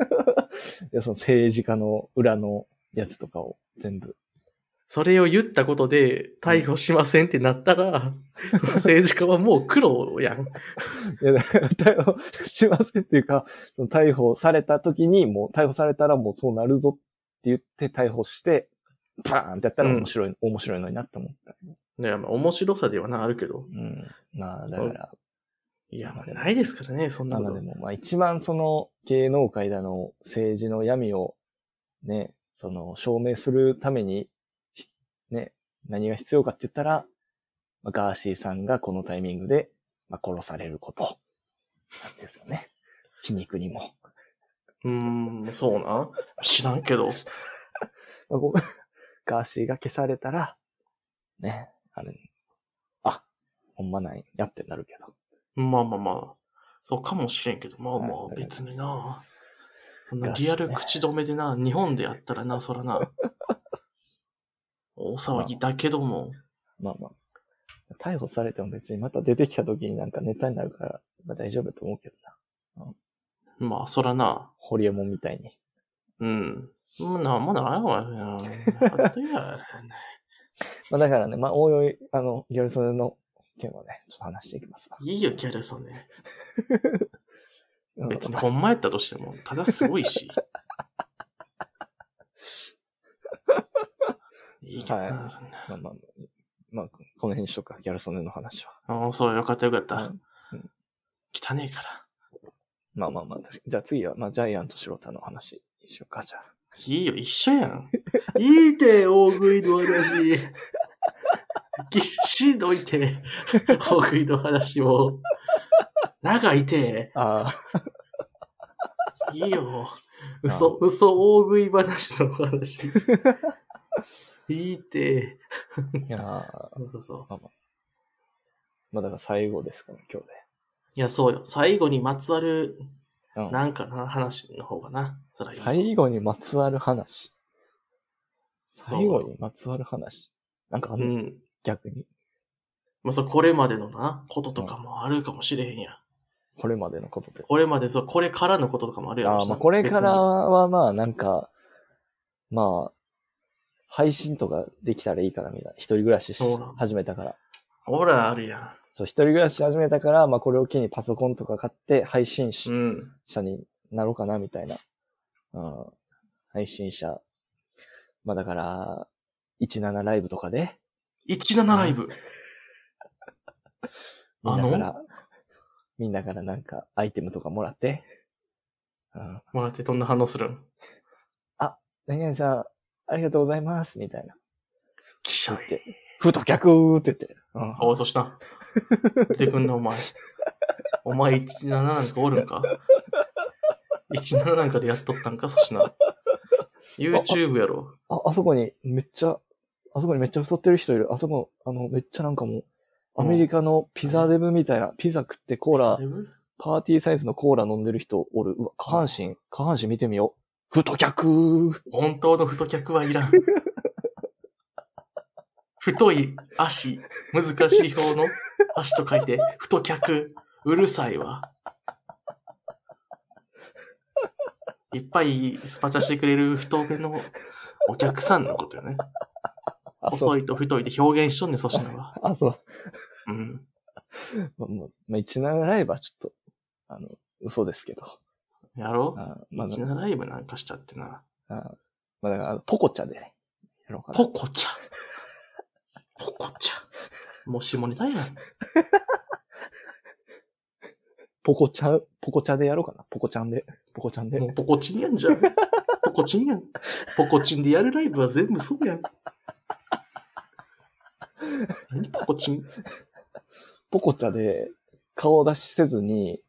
Speaker 2: いや、その政治家の裏のやつとかを全部。
Speaker 1: それを言ったことで、逮捕しませんってなったら、その政治家はもう苦労や ん。
Speaker 2: いや、だから逮捕しませんっていうか、その逮捕された時に、もう逮捕されたらもうそうなるぞって言って逮捕して、バーンってやったら面白い、面白いのになって思った。
Speaker 1: いや、まあ、面白さではな、あるけど。
Speaker 2: うん。まあ、だから、
Speaker 1: いや、まあ、ないですからね、そんな
Speaker 2: な
Speaker 1: こ
Speaker 2: の
Speaker 1: と
Speaker 2: で。も、まあ一番その芸能界だの政治の闇をね、その証明するために、ひね、何が必要かって言ったら、まあガーシーさんがこのタイミングで、まあ、殺されることなんですよね。皮肉にも。
Speaker 1: うーん、そうな。知らんけど。
Speaker 2: まあこう ガーシーが消されたら、ね、あれ、あ、ほんまない、やってなるけど。
Speaker 1: まあまあまあ。そうかもしれんけど、まあま
Speaker 2: は
Speaker 1: あ、
Speaker 2: い
Speaker 1: 別にな。こんなリアル口止めでな、日本でやったらな、そら な。大騒ぎだけども。
Speaker 2: まあまあ。逮捕されても別にまた出てきた時になんかネタになるから、まあ大丈夫だと思うけどな。
Speaker 1: まあ、そらな。
Speaker 2: ホリエモンみたいに。
Speaker 1: うん。まあ、なんもない わよ。あとや。
Speaker 2: まあだからね、まあおいおい、あの、ギャルソネの件はね、ちょっと話していきますわ。
Speaker 1: いいよ、ギャルソンね。
Speaker 2: うん
Speaker 1: 別にほんまやったとしても、ただすごい し。いいけど
Speaker 2: は
Speaker 1: な、そんな。
Speaker 2: まあまあ、まあ、この辺にしとくか、ギャルソネの話は。
Speaker 1: ああ、そう、よかったよかった
Speaker 2: うんうん。
Speaker 1: 汚ねえから。
Speaker 2: まあまあまあ、確かじゃあ次は、まあジャイアントシロタの話にしようか、じゃあ。
Speaker 1: いいよ、一緒やん。いいて、大食いの話。ぎっしんどいて、大食いの話を。長いて、
Speaker 2: ああ、
Speaker 1: いいよ。嘘、嘘、大食い話の話。いいて。
Speaker 2: いやーま
Speaker 1: そうそうそう。
Speaker 2: あだから最後ですから、今日で。
Speaker 1: いや、そうよ。最後にまつわる、
Speaker 2: うん
Speaker 1: なんかな、話の方がな。そらいい。
Speaker 2: 最後にまつわる話。
Speaker 1: そう
Speaker 2: 最後にまつわる話。なんかあ
Speaker 1: う
Speaker 2: の、
Speaker 1: ん。
Speaker 2: 逆に、
Speaker 1: まあ、そう、これまでのな、こととかもあるかもしれへんやん。
Speaker 2: これまでのことで。
Speaker 1: これまで、そう、これからのこととかもあるやろう
Speaker 2: ああ、
Speaker 1: し
Speaker 2: ま
Speaker 1: な
Speaker 2: あこれか
Speaker 1: 別
Speaker 2: ら
Speaker 1: に
Speaker 2: はまあなんか、まあ、配信とかできたらいいからみんな。一人暮らしし
Speaker 1: そうなんだ
Speaker 2: 始めたから。
Speaker 1: ほら、あるやん。
Speaker 2: そう、一人暮らし始めたから、まあこれを機にパソコンとか買って配信し
Speaker 1: うん。
Speaker 2: 者になろうかなみたいな。うん。配信者。まあだから、17ライブとかで、
Speaker 1: 17ライブ。
Speaker 2: み
Speaker 1: あ
Speaker 2: んな
Speaker 1: の
Speaker 2: から、みんなからなんかアイテムとかもらって、うん。
Speaker 1: もらってどんな反応するん
Speaker 2: 何々さん、ありがとうございます、みたいな。
Speaker 1: きしょ
Speaker 2: 言
Speaker 1: い
Speaker 2: っ。て、ふと客って言って、うん。
Speaker 1: あ、そうした。出てくんな、お前。お前17なんかおるんか ?17 なんかでやっとったんかそしな。YouTube やろ。
Speaker 2: あ、あそこにめっちゃ、あそこにめっちゃ太ってる人いる。あそこ、あの、めっちゃなんかもう、アメリカのピザデブみたいな、ピザ食ってコーラ
Speaker 1: そ、れぐらい
Speaker 2: パーティーサイズのコーラ飲んでる人おる。うわ、下半身、下半身見てみよう。太客
Speaker 1: 本当の太客はい らん。太い足、難しい方の足と書いて、太客、うるさいわ。いっぱいスパチャしてくれる太めのお客さんのことよね。
Speaker 2: あ、そう。
Speaker 1: 細いと太いで表現しとんねん、粗品は。
Speaker 2: あ、そう。
Speaker 1: うん。
Speaker 2: まあ、もうまあ、17ライブはちょっと、あの、嘘ですけど。
Speaker 1: やろ
Speaker 2: あーまあ、
Speaker 1: 一なライブなんかしたってな。
Speaker 2: あーまあ、だから、ポコチャでね、やろうかな。
Speaker 1: ポコちゃん。ポコちゃん。もしもネタやん。
Speaker 2: ポコチャ、ポコチャでやろうかな。ポコちゃんで。ポコちゃんで。
Speaker 1: もうポコチンやんじゃん。ポコチンやん。ポコチンでやるライブは全部そうやん。何ポコチン
Speaker 2: ポコチャで顔出しせずに、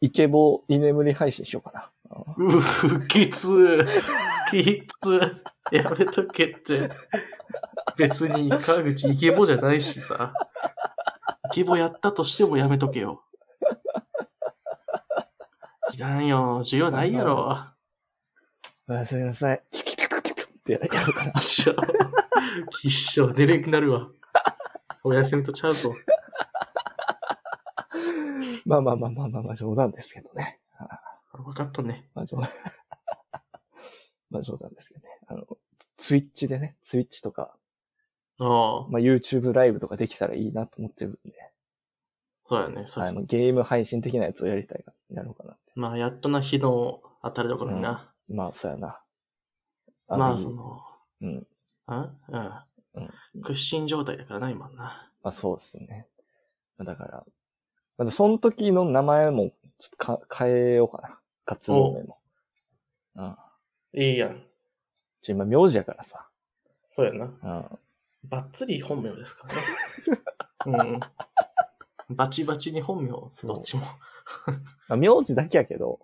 Speaker 2: イケボ居眠り配信しようかな。うん
Speaker 1: うふ、きつー。きつー。やめとけって。別に川口イケボじゃないしさ。イケボやったとしてもやめとけよ。いらんよ。需要ないやろ。
Speaker 2: おやすみなさい。キキキキキキってやろうかな。
Speaker 1: 一 生、一生出れなくなるわ。お休みとちゃうぞ。
Speaker 2: まあまあまあまあまあまあ、冗談ですけどね。
Speaker 1: 分かったね。
Speaker 2: まあ冗談。まあ冗談ですけどね。あの、ツイッチでね、ツイッチとか、
Speaker 1: ああ、
Speaker 2: まあ YouTube ライブとかできたらいいなと思ってるんで、
Speaker 1: そうやね。そっ
Speaker 2: あ
Speaker 1: ち
Speaker 2: のゲーム配信的なやつをやりたいな、やろうかな。
Speaker 1: まあ、やっとな、日の当たりどころにな。
Speaker 2: まあ、そうやな。
Speaker 1: ま
Speaker 2: い
Speaker 1: あ、
Speaker 2: い
Speaker 1: その、
Speaker 2: うん。
Speaker 1: あう
Speaker 2: うん
Speaker 1: ん。屈伸状態だからな、今はな。
Speaker 2: まあそうですね。だから、まだその時の名前もちょっとか変えようかな。活動名も。うん。
Speaker 1: いいやん。
Speaker 2: ちょ、今、名字やからさ。
Speaker 1: そうやな。
Speaker 2: うん。
Speaker 1: ばっつり本名ですからね。 うん。バチバチに本名、どっちも。
Speaker 2: まあ、名字だけやけど、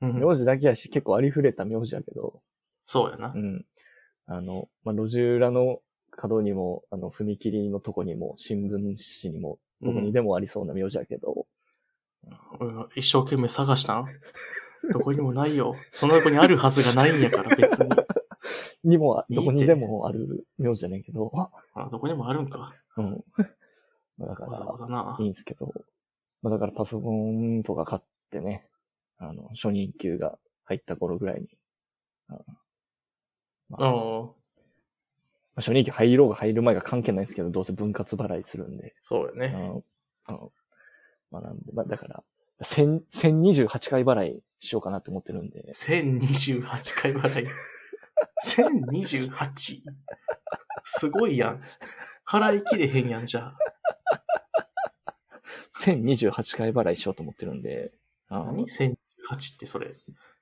Speaker 1: うん。
Speaker 2: 名字だけやし、結構ありふれた名字やけど、
Speaker 1: そうやな
Speaker 2: う。ん。あの、まあ、路地裏の角にも、あの、踏切のとこにも、新聞紙にも、どこにでもありそうな名字やけど、
Speaker 1: うん一生懸命探したんどこにもないよ。その横にあるはずがないんやから、別 に。
Speaker 2: にも、
Speaker 1: いいっ
Speaker 2: ど
Speaker 1: て
Speaker 2: こにでもある名字じゃねえけど、
Speaker 1: あ、どこにもあるんか。
Speaker 2: うん。 まあだか
Speaker 1: わざわ
Speaker 2: ら、
Speaker 1: ざな。
Speaker 2: いいんですけど、まあだからパソコンとか買ってね、あの、初任給が入った頃ぐらいに、あのま
Speaker 1: う
Speaker 2: あ
Speaker 1: ん。
Speaker 2: まあ初任給入ろうが入る前が関係ないですけど、どうせ分割払いするんで、
Speaker 1: そうよ
Speaker 2: あ
Speaker 1: ね。
Speaker 2: の、あのまあなんで、まあだから、千、千二十八回払いしようかなって思ってるんで、
Speaker 1: 1028回払い。1028? すごいやん。払いきれへんやん、じゃあ。
Speaker 2: 千二十八回払いしようと思ってるんで、あの
Speaker 1: 何 ?1028 ってそれ。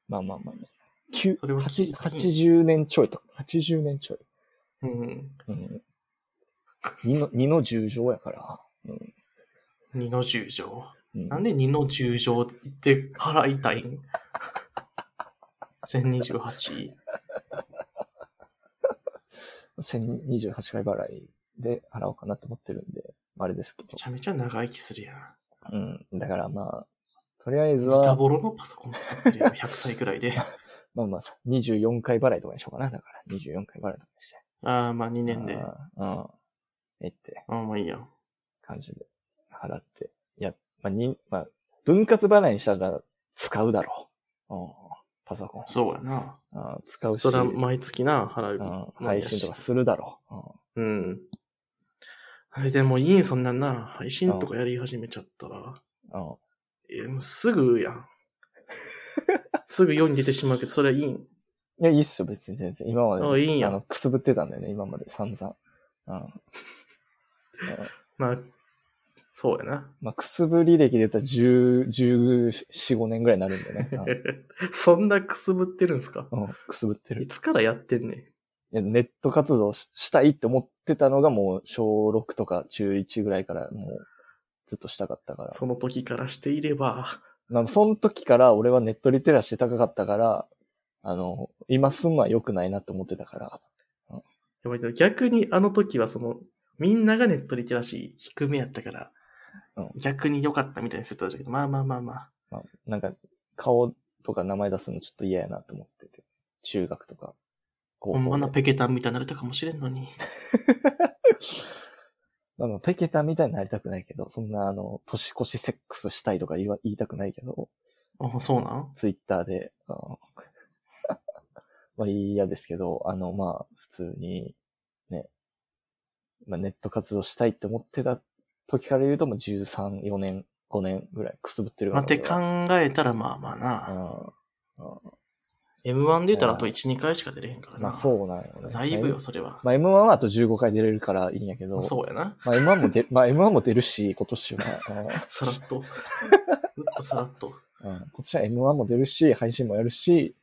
Speaker 2: まあまあまあ、ね、九
Speaker 1: それは
Speaker 2: 八80年ちょいとか、80年ちょい。
Speaker 1: うん。
Speaker 2: うん。二の、二の十乗やから。
Speaker 1: 2の10乗。
Speaker 2: うん
Speaker 1: なんで2の10乗って払いたいん ?1028?
Speaker 2: 1028回払いで払おうかなと思ってるんで、あれですけど
Speaker 1: め。ちゃめちゃ長生きするやん。
Speaker 2: うん。だからまあ、とりあえず
Speaker 1: ズタ
Speaker 2: は、
Speaker 1: ボロのパソコン使ってるよ、100歳くらいで。
Speaker 2: まあまあ、24回払いとかにしようかな。だから、24回払いとかにして。
Speaker 1: ああ、まあ2年で。あ
Speaker 2: うん。うんえって
Speaker 1: あ、まあいいや。
Speaker 2: 感じで払って。いや、まあ、に、まあ、分割払いにしたら使うだろう。うん。パソコン。
Speaker 1: そうやな。
Speaker 2: うん。使うし。
Speaker 1: それは毎月な、払う。
Speaker 2: うん。配信とかするだろう。うん。
Speaker 1: うん。はい、でもいいん、そんなんな。配信とかやり始めちゃったら。
Speaker 2: うん。
Speaker 1: え、もうすぐや ん。すぐ世に出てしまうけど、それはいいん。
Speaker 2: いや、いいっすよ、別に全然。今まで。
Speaker 1: あいいんや
Speaker 2: あの、くすぶってたんだよね、今まで散々。うん。 うん
Speaker 1: まあ、そうやな。
Speaker 2: まあ、くすぶ履歴で言ったら10、14、5年ぐらいになるんだよね。
Speaker 1: そんなくすぶってるんすか
Speaker 2: うん、うんくすぶってる。
Speaker 1: い
Speaker 2: い
Speaker 1: つからやってんねん。
Speaker 2: やネット活動ししたいって思ってたのがもう小6とか中1ぐらいからもうずっとしたかったから。
Speaker 1: その時からしていれば。
Speaker 2: まあ、その時から俺はネットリテラシー高かったから、あの、今すんのは良くないなって思ってたから。
Speaker 1: やばいけど逆にあの時はその、みんながネットリテラシー低めやったから、
Speaker 2: うん
Speaker 1: 逆に良かったみたいにしてたんだけど、まあまあまあまあ。
Speaker 2: まあ、なんか、顔とか名前出すのちょっと嫌やなと思ってて。中学とか。高
Speaker 1: ほ
Speaker 2: 校
Speaker 1: んま
Speaker 2: で
Speaker 1: のペケタンみたいになれたかもしれんのに。
Speaker 2: まあまあ、ペケタみたいになりたくないけど、そんな、あの、年越しセックスしたいとか言わ言いたくないけど、
Speaker 1: あ、そうなん
Speaker 2: ツイッター で、あのまあ嫌ですけど、あの、まあ、普通に、ね、まあネット活動したいって思ってた時から言うともう13、4年5年ぐらいくすぶってる
Speaker 1: ま
Speaker 2: から。
Speaker 1: あ、って
Speaker 2: 俺
Speaker 1: 考
Speaker 2: は
Speaker 1: えたらまあまあな。
Speaker 2: うんうん
Speaker 1: M1 で言ったらあと1、2回しか出れへんからな。
Speaker 2: まあそうなんよね。
Speaker 1: だいぶよ、それは。
Speaker 2: まあ M1 はあと15回出れるからいいんやけど、
Speaker 1: そうや な。
Speaker 2: まあ M1 も出、まあ M1 も出るし、今年は、うん
Speaker 1: さらっと。ずっとさらっと。
Speaker 2: うん今年は M1 も出るし、配信もやるし、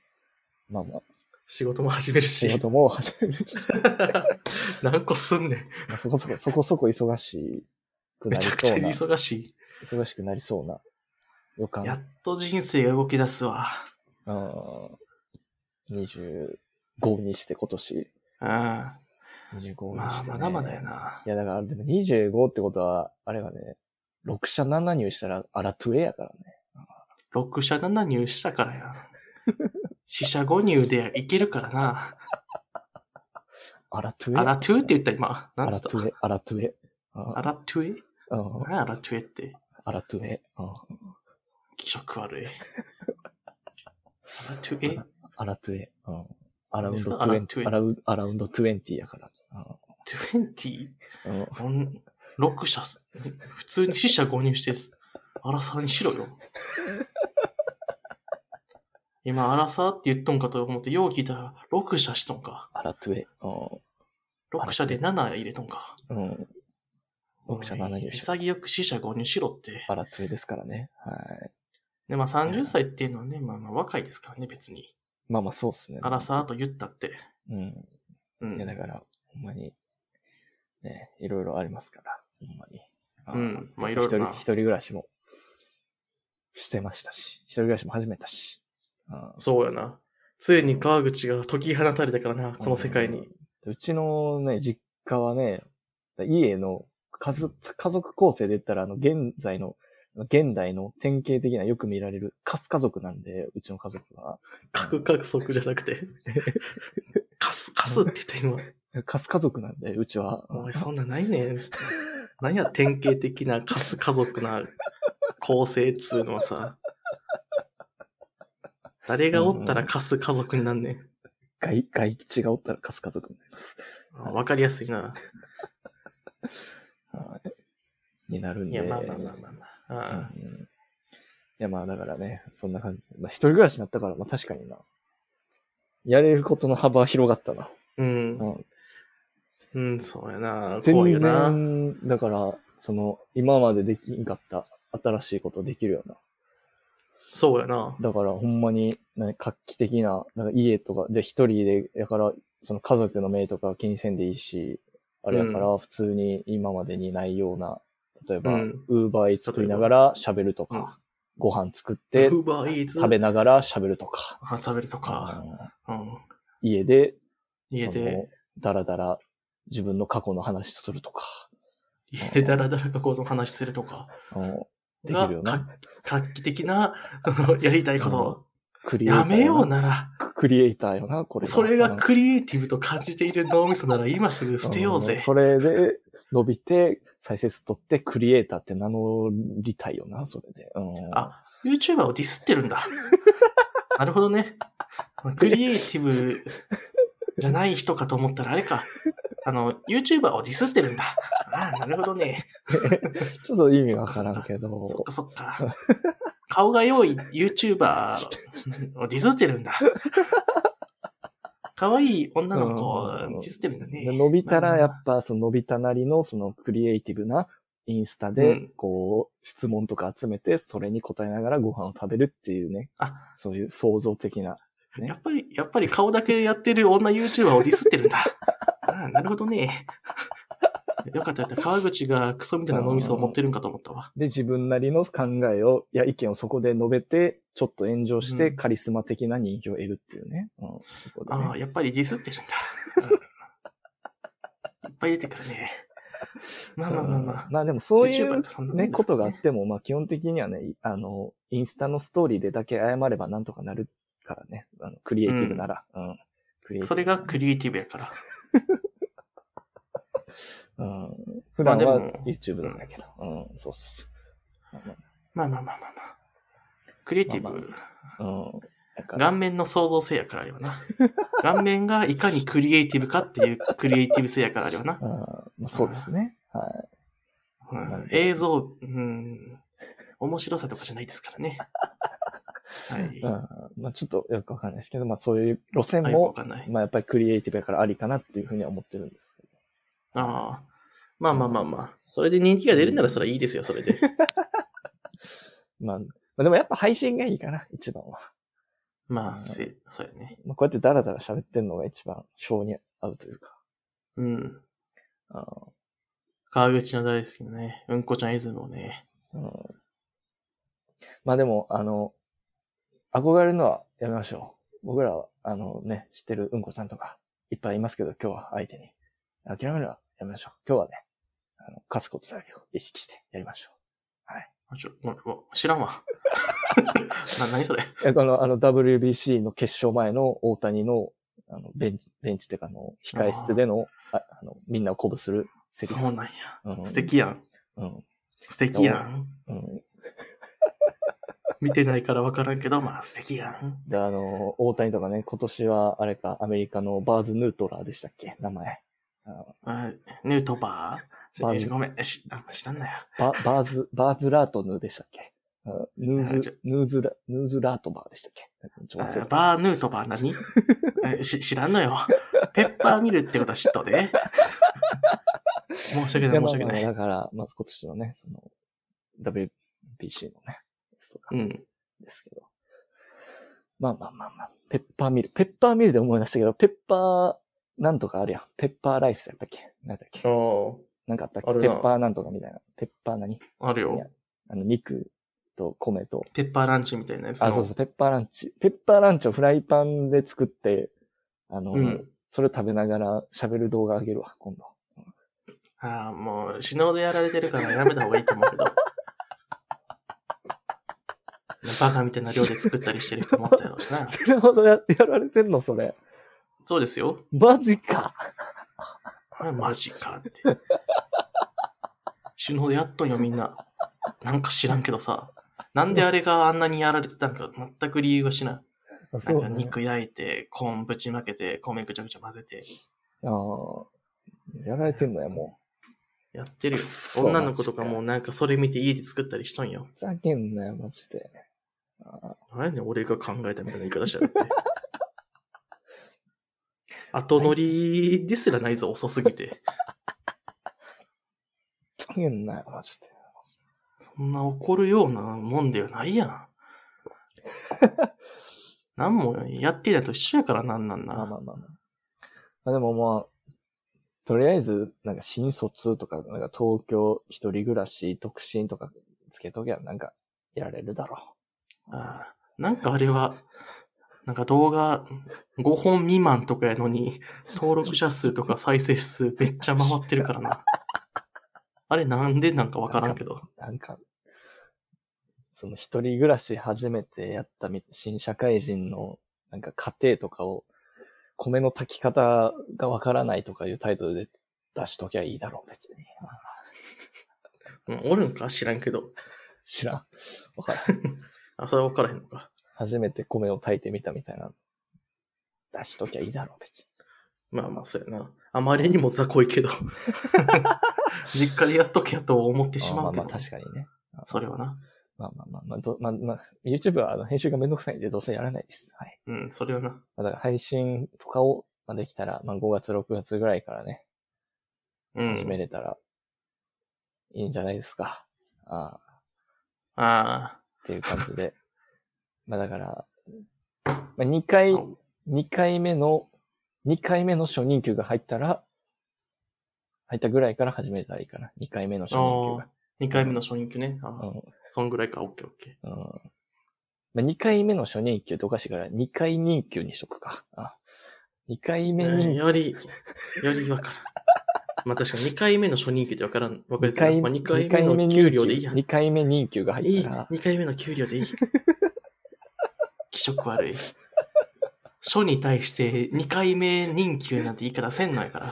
Speaker 2: まあまあ、
Speaker 1: 仕事も始めるし
Speaker 2: 仕。事も始めるし、
Speaker 1: 何個すん ねん。
Speaker 2: まあそこそこ、そこそこ忙しく
Speaker 1: め
Speaker 2: なり
Speaker 1: ちゃく
Speaker 2: そ
Speaker 1: ちゃ
Speaker 2: うな、
Speaker 1: 忙し
Speaker 2: 忙しくなりそうな予
Speaker 1: い。や
Speaker 2: 感。
Speaker 1: っと人生が動き出すわ。
Speaker 2: うん25にして今年。
Speaker 1: うん。ま
Speaker 2: 25にして、ね。
Speaker 1: あ、まだまだやな。
Speaker 2: いや、だから、でも25ってことは、あれがね、6社7入したら、アラトゥエやからね。
Speaker 1: 6社7入したからや。 四社5入でいけるからな。
Speaker 2: アラトゥエ
Speaker 1: アラトゥーって言った今。
Speaker 2: ア
Speaker 1: なんつ
Speaker 2: ラ
Speaker 1: っ
Speaker 2: ト
Speaker 1: た
Speaker 2: ゥエ、アラトゥエ。
Speaker 1: ア
Speaker 2: あ
Speaker 1: ラトゥエ
Speaker 2: うん
Speaker 1: 何やアラトゥエって。
Speaker 2: アラトゥエ。うん
Speaker 1: 気色 悪い。アラトゥエ
Speaker 2: アラトゥエ。うんアラウンド
Speaker 1: アラ
Speaker 2: 20
Speaker 1: トゥエ
Speaker 2: アラウアラウンド20やから。
Speaker 1: 20?
Speaker 2: うんうん
Speaker 1: ほん6社す、普通に4社5入してす。アラサーにしろ よ。今、アラサーって言っとんかと思って、よう聞いたら、6社しとんか。
Speaker 2: アラトゥエ。う
Speaker 1: 6社で7入れとんか。
Speaker 2: んうん6社7入した。
Speaker 1: 潔く4社5入しろって。
Speaker 2: アラトゥエですからね。はい。
Speaker 1: で、まあ30歳っていうのはね、まあまあ若いですからね、別に。
Speaker 2: まあまあ、そうっすね。
Speaker 1: アラサーと言ったって。
Speaker 2: うん。
Speaker 1: う
Speaker 2: いや、だ
Speaker 1: ん。
Speaker 2: から、ほんまに、ね、いろいろありますから、ほんまに。あー
Speaker 1: うん。まあいろいろな
Speaker 2: 一人、一。人暮らしもしてましたし、一人暮らしも始めたし。あー
Speaker 1: そうやな。ついに川口が解き放たれたからな、この世界に。。
Speaker 2: うちのね、実家はね、家の家族家族構成で言ったら、あの、現在の、現代の典型的なよく見られるカス家族なんで、うちの家族は。
Speaker 1: 核家族じゃなくて。カス、カスって言った今。
Speaker 2: カス家族なんで、うちは。
Speaker 1: おい、そんなんないねん。何や、典型的なカス家族な構成っつうのはさ。誰がおったらカス家族になんねん。
Speaker 2: 外、外地がおったらカス家族になります。
Speaker 1: あわかりやすいな。
Speaker 2: はいになるん
Speaker 1: い
Speaker 2: で。
Speaker 1: や、まあまあまあまあまあ。ああ
Speaker 2: うんいや、まあだからね、そんな感じで。まあ一人暮らしになったから、まあ確かにな。やれることの幅は広がったな。
Speaker 1: うん
Speaker 2: う。ん。
Speaker 1: うん、そうやな。怖い
Speaker 2: 全
Speaker 1: よな。
Speaker 2: 然、だから、その、今までできんかった新しいことできるよな。
Speaker 1: そうやな。
Speaker 2: だから、ほんまに、ね、画期的な、なんか家とか、で、一人で、だから、その家族の名とか気にせんでいいし、あれだか
Speaker 1: う
Speaker 2: ら、普通に今までにないような、例えば、
Speaker 1: う
Speaker 2: ウ
Speaker 1: ん
Speaker 2: ーバーイーツ作りながら喋ると
Speaker 1: うん
Speaker 2: か、ご飯作って、
Speaker 1: ウーバーイーツ
Speaker 2: 食べながら喋るとか。
Speaker 1: あ食べるとか。
Speaker 2: うん
Speaker 1: うん。
Speaker 2: 家で、
Speaker 1: 家で、、
Speaker 2: だらだら自分の過去の話するとか、
Speaker 1: 家でダラダラ過去の話するとか。
Speaker 2: あのでき
Speaker 1: が
Speaker 2: るよな。
Speaker 1: 画画期的な、あのやりたいこと。
Speaker 2: クリエイター
Speaker 1: や
Speaker 2: な。
Speaker 1: めようなら。
Speaker 2: クリエイターよな、これ。
Speaker 1: それが
Speaker 2: うん
Speaker 1: クリエイティブと感じている脳みそなら今すぐ捨てようぜ
Speaker 2: ん。それで伸びて、再生数取って、クリエイターって名乗りたいよな、それで。うん、
Speaker 1: あ、YouTuber をディスってるん だ。なるほどね。クリエイティブじゃない人かと思ったらあれか。あの、YouTuber をディスってるんだ。ああ、なるほどね。
Speaker 2: ちょっと意味わからんけど。
Speaker 1: そっかそっ か。顔が良い YouTuber をディスってるんだ。可愛い女の子をディスってるんだね。
Speaker 2: で伸びたら、やっぱ、その伸びたなりの、そのクリエイティブなインスタ
Speaker 1: う
Speaker 2: で
Speaker 1: ん、
Speaker 2: こう、質問とか集めて、それに答えながらご飯を食べるっていうね、
Speaker 1: あ、
Speaker 2: そういう創造的な。ね
Speaker 1: やっぱり、やっぱり顔だけやってる女 YouTuber をディスってるん だ。ああ、なるほどね。よかったよかった。川口がクソみたいな脳みそを持ってるんかと思ったわ。
Speaker 2: で、自分なりの考えを、いや、意見をそこで述べて、ちょっと炎上して、
Speaker 1: うん
Speaker 2: カリスマ的な人気を得るっていうね。うん。そこでね
Speaker 1: ああ、やっぱりディスってるんだ。うんいっぱい出てくるね。まあまあまあまあ。
Speaker 2: まあでも、そうい
Speaker 1: YouTuber
Speaker 2: う
Speaker 1: がそんなもん
Speaker 2: ね、
Speaker 1: です
Speaker 2: こ
Speaker 1: か
Speaker 2: とがあっても、まあ基本的にはね、いあの、インスタのストーリーでだけ謝ればなんとかなるからね。あのクリエイティブなら。うん。クリエイティ
Speaker 1: それがクリエイティブやから。
Speaker 2: ブ。うん。普段は
Speaker 1: まあでも
Speaker 2: YouTube なんだけど。うん、そうっす。
Speaker 1: まあまあまあまあまあ。クリエイティブ、
Speaker 2: まあまうん。だから
Speaker 1: 顔面の創造性やからあれはな。 顔面がいかにクリエイティブかっていうクリエイティブ性やからあれはな。
Speaker 2: うんまあ、そうですね。はい。
Speaker 1: うん映像、うん、面白さとかじゃないですから ね。はい。
Speaker 2: うんまあちょっとよくわかんないですけど、まあそういう路線
Speaker 1: あよくわ
Speaker 2: も、
Speaker 1: かんない。
Speaker 2: まあやっぱりクリエイティブやからありかなっていうふうには思ってるんです。
Speaker 1: ああ。まあまあまあまあ。それで人気が出るならそれはいいですよ、それ で。
Speaker 2: まあ、まあでもやっぱ配信がいいかな、一番は。
Speaker 1: まあ、せ、そうやね。
Speaker 2: まあこうやってダラダラ喋ってんのが一番性に合うというか。
Speaker 1: うん。
Speaker 2: あ
Speaker 1: 川口の大好きなね、うんこちゃんイズムをね。
Speaker 2: ーうん、まあでも、あの、憧れるのはやめましょう。僕らは、あのね、知ってるうんこちゃんとかいっぱいいますけど、今日は相手に。諦めるのはやめましょう。今日はね、あの勝つことだけを意識してやりましょ
Speaker 1: あちょ、ごめんお知 らんわ。な、何それ。
Speaker 2: う。いやこの、あの、WBC の決勝前の大谷の、あの、ベンチ、ベンチっていうか、あの、控え室での、ああの、みんなを鼓舞するセリ
Speaker 1: そう
Speaker 2: フ。
Speaker 1: なんや。
Speaker 2: うん
Speaker 1: 素敵やん。
Speaker 2: うん。
Speaker 1: 素敵やん。
Speaker 2: うん。
Speaker 1: 見てないからわからんけど、まあ素敵やん。
Speaker 2: で、あの、大谷とかね、今年は、あれか、アメリカのバーズ・ヌートラーでしたっけ名前。
Speaker 1: あヌートバ
Speaker 2: バ
Speaker 1: ー
Speaker 2: ー
Speaker 1: ち
Speaker 2: ズ
Speaker 1: ょごめん、しあ知らんなよ。
Speaker 2: ババーズ、バーズ・ラートヌーでしたっけうんヌー
Speaker 1: あちょ
Speaker 2: ズ、ヌーズラ、ヌーズラートバーでしたっけちょっと忘れた
Speaker 1: バーヌートバー何 えし知らんのよ。ペッパーミルってことは知っとで。 申し訳ない、
Speaker 2: や
Speaker 1: 申
Speaker 2: ま
Speaker 1: し訳
Speaker 2: あま
Speaker 1: な
Speaker 2: あまあ
Speaker 1: い。
Speaker 2: だから、まず今年のね、その、WBC のね、ですとか
Speaker 1: うん。
Speaker 2: ですけど。まあまあまあまあ、ペッパーミル。ペッパーミルで思い出したけど、ペッパー、なんとかあるやん。ペッパーライスだったっけなんだっけ
Speaker 1: お
Speaker 2: なんかあったっ
Speaker 1: あ
Speaker 2: け
Speaker 1: る
Speaker 2: ペ
Speaker 1: な
Speaker 2: ッパーなんとかみたいな。ペッパー何
Speaker 1: ある
Speaker 2: いや
Speaker 1: よ。
Speaker 2: あの、肉と米と、
Speaker 1: ペッパーランチみたいなやつの。
Speaker 2: あ、そうそう、ペッパーランチ。ペッパーランチをフライパンで作って、あの、
Speaker 1: うん
Speaker 2: それを食べながら喋る動画あげるわ、今度。
Speaker 1: ああ、もう、死のうでやられてるからやめた方がいいと思うけ ど。バカみたいな量で作ったりしてる人もおったやろうしな。
Speaker 2: なるほど、や、やられてんの、それ。
Speaker 1: そうですよ。
Speaker 2: マジか。
Speaker 1: あれマジかって。死ぬほどやっとんよ、みんな。なんか知らんけどさ。なんであれがあんなにやられてたんか全く理由はしない。
Speaker 2: あ
Speaker 1: な
Speaker 2: そ
Speaker 1: ん
Speaker 2: う
Speaker 1: か
Speaker 2: ね、
Speaker 1: 肉焼いて、コーンぶちまけて、米ぐちゃぐちゃ混ぜて、
Speaker 2: ああ、やられてんのや、も
Speaker 1: やってるよ
Speaker 2: くっ。そ
Speaker 1: 女の子とか
Speaker 2: マジか
Speaker 1: もうなんかそれ見て家で作ったりしとんよ
Speaker 2: う。。ふざけんなよ、マジで。あ
Speaker 1: 何やねん俺が考えたみたいな言い方しやがって。後乗りですらないぞ、遅すぎて。
Speaker 2: ふざけんなよ、マジで。
Speaker 1: そんな怒るようなもんではないや ん。なんもやってないと一緒やからなんなんな。
Speaker 2: まあまあまあまあ。まあでもまあ、とりあえず、なんか新卒とか、なんか東京一人暮らし、独身とかつけときゃなんかやられるだろ
Speaker 1: ああなんかあれは、なんか動画5本未満とかやのに、登録者数とか再生数めっちゃ回ってるからな。あれなんでなんかわからんけど。
Speaker 2: う。なんか、その一人暮らし初めてやったみ新社会人のなんか家庭とかを、米の炊き方がわからないとかいうタイトルで出しときゃいいだろう、別に。
Speaker 1: うんおるんか知らんけど。
Speaker 2: 知らん。 わからん。
Speaker 1: あ、それはわからへんのか。
Speaker 2: 初めて米を炊いてみたみたいな。出しときゃいいだろう、別に。
Speaker 1: まあまあ、そうやな。あまりにも雑魚いけ ど。実家でやっとけやと思ってしまうけど。
Speaker 2: あまあまあ確かにね。
Speaker 1: それはな。
Speaker 2: まあまあまあまあ、どまあまあ、YouTube はあの編集がめんどくさいんでどうせやらないです。はい。
Speaker 1: うん、それはな。
Speaker 2: まあ、だから配信とかを、まあ、できたら、まあ5月、6月ぐらいからね、
Speaker 1: う
Speaker 2: 始め
Speaker 1: ん。
Speaker 2: れたらいいんじゃないですか。ああ、
Speaker 1: あ
Speaker 2: っていう感じ で。まあだから、まあ2回、2回目の、2回目の初任給が入ったら、入ったぐらいから始めたらいいかな。2回目の初任給が
Speaker 1: あ。あ、2回目の初任給ね。あー
Speaker 2: うん
Speaker 1: そんぐらいか。オッケーオッケ
Speaker 2: うん。まあ、2回目の初任給っておかしいから、2回任給にしとくか。あ2回目
Speaker 1: ー。うん
Speaker 2: 任
Speaker 1: より、よりわからん。まあ確かに2回目の初任給ってわからん。わかり
Speaker 2: 二
Speaker 1: づらい。
Speaker 2: 回
Speaker 1: まあ、
Speaker 2: 目
Speaker 1: 2回目の給料でいいやん。い
Speaker 2: 2回目任給が入っ
Speaker 1: い、
Speaker 2: たら、
Speaker 1: 2回目の給料でいい。気色悪い。初に対して2回目任給なんて言い方せんのやから。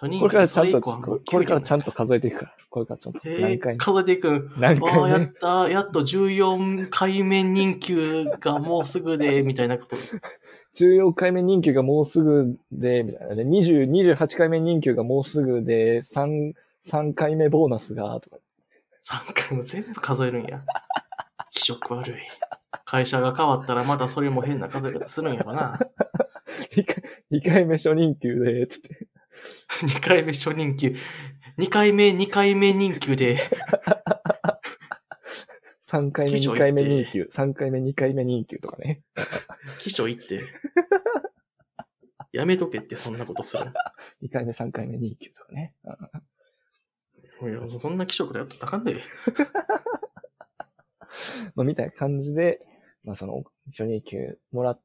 Speaker 1: 初任
Speaker 2: これから
Speaker 1: 給
Speaker 2: ち
Speaker 1: そ
Speaker 2: ゃ
Speaker 1: れ
Speaker 2: ん
Speaker 1: 以
Speaker 2: と、
Speaker 1: 降はも
Speaker 2: こ
Speaker 1: う給料
Speaker 2: これからちゃんと数えていくから。これからちゃんと。
Speaker 1: え
Speaker 2: 何
Speaker 1: ー、
Speaker 2: 回目
Speaker 1: 数えていくん。
Speaker 2: 何
Speaker 1: ああ、
Speaker 2: 回
Speaker 1: やっ
Speaker 2: 目
Speaker 1: た、やっと14回目任給がもうすぐ で、みたいなこと。
Speaker 2: ?14 回目任給がもうすぐで、みたいな。で、20、28回目任給がもうすぐで、3、3回目ボーナスが、とか。
Speaker 1: 3回も全部数えるんや。気色悪い。会社が変わったらまたそれも変な数え方するんやろな。
Speaker 2: 二回、二回目初任給で、つって。
Speaker 1: 2回目初任給。2回目、2回目任給で、
Speaker 2: 3回目、
Speaker 1: 秘書行っ
Speaker 2: 2
Speaker 1: て
Speaker 2: 回目任給。3回目、2回目任給とかね。
Speaker 1: 秘書行って。やめとけって、そんなことする。
Speaker 2: 2回目、3回目任給とかね。うん
Speaker 1: いやそんな気色だよと高んで。
Speaker 2: まあ、みたいな感じで、まあ、その、初任給もらっ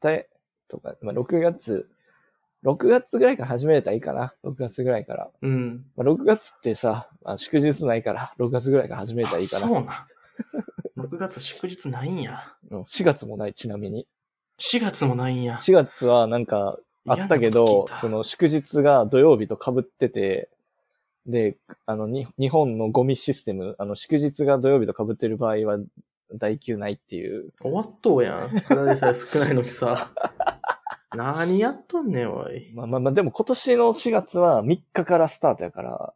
Speaker 2: て、とか、まあ、6月、6月ぐらいから始めれたらいいかな。6月ぐらいから。
Speaker 1: うん。
Speaker 2: まあ、6月ってさ、あ祝日ないから、6月ぐらいから始めれたら
Speaker 1: あ
Speaker 2: いいかな。
Speaker 1: そうなん。6月祝日ないんや。
Speaker 2: うん4月もない、ちなみに。
Speaker 1: 4月もないんや。
Speaker 2: 4月はなんか、あったけ
Speaker 1: 嫌なこ
Speaker 2: ど
Speaker 1: と聞い、た
Speaker 2: そ、の祝日が土曜日と被ってて、で、あの、に日本のゴミシステム、あの、祝日が土曜日と被ってる場合は、代給ないっていう。
Speaker 1: 終わっとうやん。ただでさえ少ないのにさ。何やっとんねん、おい。
Speaker 2: まあまあまあ、でも今年の4月は3日からスタートやから、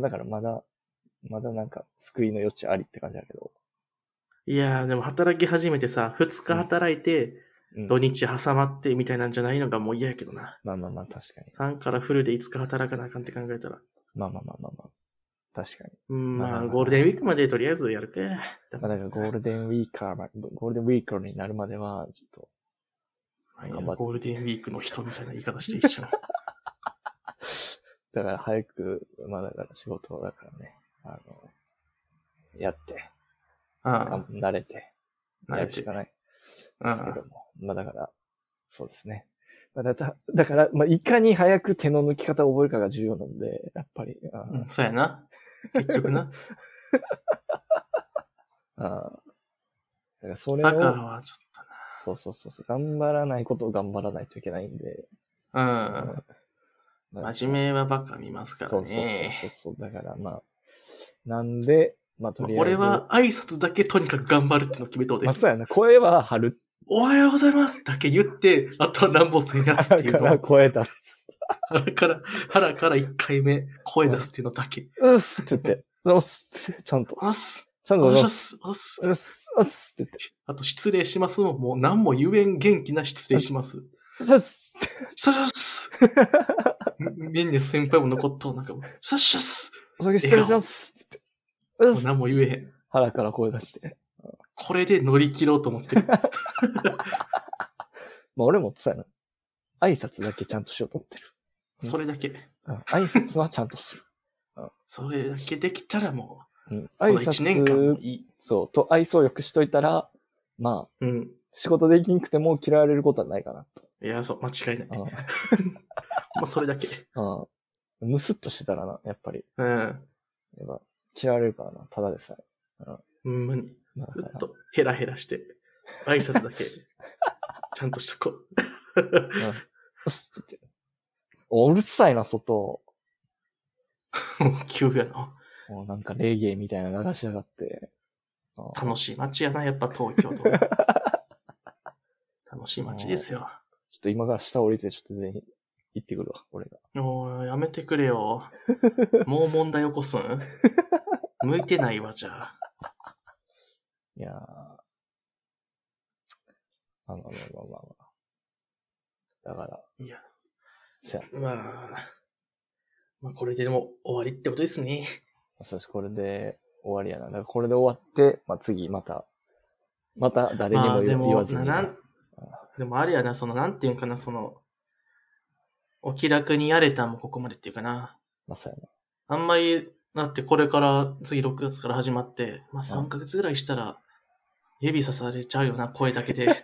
Speaker 2: だからまだ、まだなんか、救いの余地ありって感じだけど。
Speaker 1: いやー、でも働き始めてさ、2日働いて、
Speaker 2: うん、
Speaker 1: 土日挟まってみたいなんじゃないのがもう嫌やけどな。
Speaker 2: まあまあまあ、確かに。
Speaker 1: 3からフルで5日働かなあかんって考えたら。
Speaker 2: まあまあまあまあまあ。確かに。
Speaker 1: うん、
Speaker 2: ま
Speaker 1: ま
Speaker 2: あまあ
Speaker 1: あ、
Speaker 2: まあ
Speaker 1: ゴールデンウィークまでとりあえずやるか。
Speaker 2: まあだからゴールデンウィーカーま、ゴールデンウィーカーになるまでは、ちょっと、
Speaker 1: なんや
Speaker 2: 頑張って
Speaker 1: ゴールデンウィークの人みたいな言い方して一 緒。
Speaker 2: だから早く、まあだから仕事だからね、あの、やって、
Speaker 1: あ
Speaker 2: あ慣れて、
Speaker 1: あ、
Speaker 2: やるしかない
Speaker 1: あ
Speaker 2: ですけども。まあだから、そうですね。まあだだだから、まあいかに早く手の抜き方を覚えるかが重要なんで、やっぱり、あ
Speaker 1: うん、そうやな。結局 な。
Speaker 2: ああだからそれ
Speaker 1: だから
Speaker 2: を、
Speaker 1: はちょっ
Speaker 2: そうそうそうそう、頑張らないことを頑張らないといけないんで、
Speaker 1: とな。うん。
Speaker 2: まあ
Speaker 1: 真面目はバカ見ますから
Speaker 2: そうそう
Speaker 1: ね。
Speaker 2: そうそう、だからまあ、なんで、まあとりあえず、
Speaker 1: 俺は挨拶だけとにかく頑張るってのを決めとうで
Speaker 2: まあ、そうやな、声は張る
Speaker 1: おはようございますだけ言って、あとはなんぼせんやつ
Speaker 2: か
Speaker 1: ってい うの
Speaker 2: ら
Speaker 1: を、
Speaker 2: 声出す。
Speaker 1: 腹から、腹から一回目声出すっていうのだけ。
Speaker 2: うっすって言って、うっすちゃんと、
Speaker 1: おっす
Speaker 2: ちゃんと
Speaker 1: おっし
Speaker 2: う
Speaker 1: ゃっ
Speaker 2: っす、
Speaker 1: すおっす
Speaker 2: うっす、うっすって言って
Speaker 1: あと失礼しますももう何も言えん元気な失礼します。、
Speaker 2: うっすって
Speaker 1: さしゃっ すみんな先輩も残っとうなんかもう、さしゃっす
Speaker 2: お酒失礼しますって言
Speaker 1: も
Speaker 2: って、うっ
Speaker 1: う
Speaker 2: す
Speaker 1: 何も言えへん。
Speaker 2: 腹から声出して。
Speaker 1: これで乗り切ろうと思ってる。
Speaker 2: まあ俺もそうやな。挨拶だけちゃんとしようと思ってる。
Speaker 1: それだけ。
Speaker 2: うん、挨拶はちゃんと する。
Speaker 1: それだけできたらも
Speaker 2: うん、
Speaker 1: う、こ
Speaker 2: 挨
Speaker 1: の1年間も
Speaker 2: 拶、
Speaker 1: いい。
Speaker 2: そう、と愛想よくしといたら、まあ、
Speaker 1: うん。
Speaker 2: 仕事できんくても嫌われることはな いかなと。
Speaker 1: いや、そう、間違いない。
Speaker 2: うん
Speaker 1: まあ、それだけ。
Speaker 2: うん。むすっとしてたらな、やっぱり。
Speaker 1: うん。
Speaker 2: やっぱ嫌われるからな、ただでさえ。
Speaker 1: ほんまに。
Speaker 2: まあ
Speaker 1: ずっとヘラヘラして、挨拶だけ、ちゃんとしとこう。
Speaker 2: うんうっすって言っておうるさいな、外。
Speaker 1: もう急やな。
Speaker 2: もうなんかレゲエみたいなの流しやがって。あ
Speaker 1: 楽しい街やな、やっぱ東京と。楽しい街ですよ。
Speaker 2: ちょっと今から下降りて、ちょっと全員行ってくるわ、俺が。
Speaker 1: もう、やめてくれよ。もう問題起こすん向いてないわ、じゃあ。
Speaker 2: いやー。あまあまあまあまあまあ。だから、
Speaker 1: いや、
Speaker 2: せや。
Speaker 1: まあ、まあ、これでも終わりってことですね。
Speaker 2: そしてこれで終わりやな。だからこれで終わって、まあ次、また、また誰に
Speaker 1: ま
Speaker 2: も
Speaker 1: あ、で
Speaker 2: 言わ言
Speaker 1: も
Speaker 2: わず
Speaker 1: な
Speaker 2: に。
Speaker 1: なんでもあれやな、その、なんていうんかな、その、お気楽にやれたもここまでっていうかな。
Speaker 2: まあそうやな。
Speaker 1: あんまり、だってこれから、次6月から始まって、まあ3ヶ月ぐらいしたら、指さされちゃうよな、声だけ で。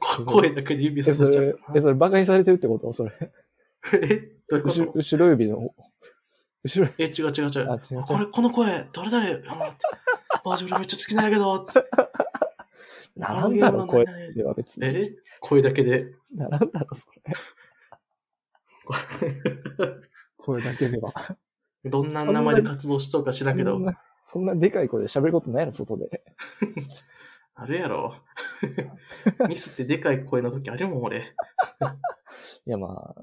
Speaker 1: こ声だけで指
Speaker 2: え、
Speaker 1: さ
Speaker 2: そ
Speaker 1: されちゃ
Speaker 2: れ
Speaker 1: う、
Speaker 2: え、それ馬鹿にされてるってことそれ。
Speaker 1: えどういうこ
Speaker 2: 後 ろ
Speaker 1: と
Speaker 2: 後ろ指の、後ろ
Speaker 1: え、違う違う違
Speaker 2: 指、あ、
Speaker 1: う。
Speaker 2: 違う違う。
Speaker 1: これ、この声、誰誰あのってバージョンめっちゃ好きなんやけど、っ て
Speaker 2: ならんだろ、声では別に。
Speaker 1: え声だけで。
Speaker 2: ならんだろ、それ。声だけでは。
Speaker 1: どんな名前で活動しとうか知らんけ
Speaker 2: そん
Speaker 1: ど、
Speaker 2: な、そんなでかい声で喋ることないの、外で。
Speaker 1: あるやろ。 ミスってでかい声の時あるもん、俺。
Speaker 2: いや、まあ、ま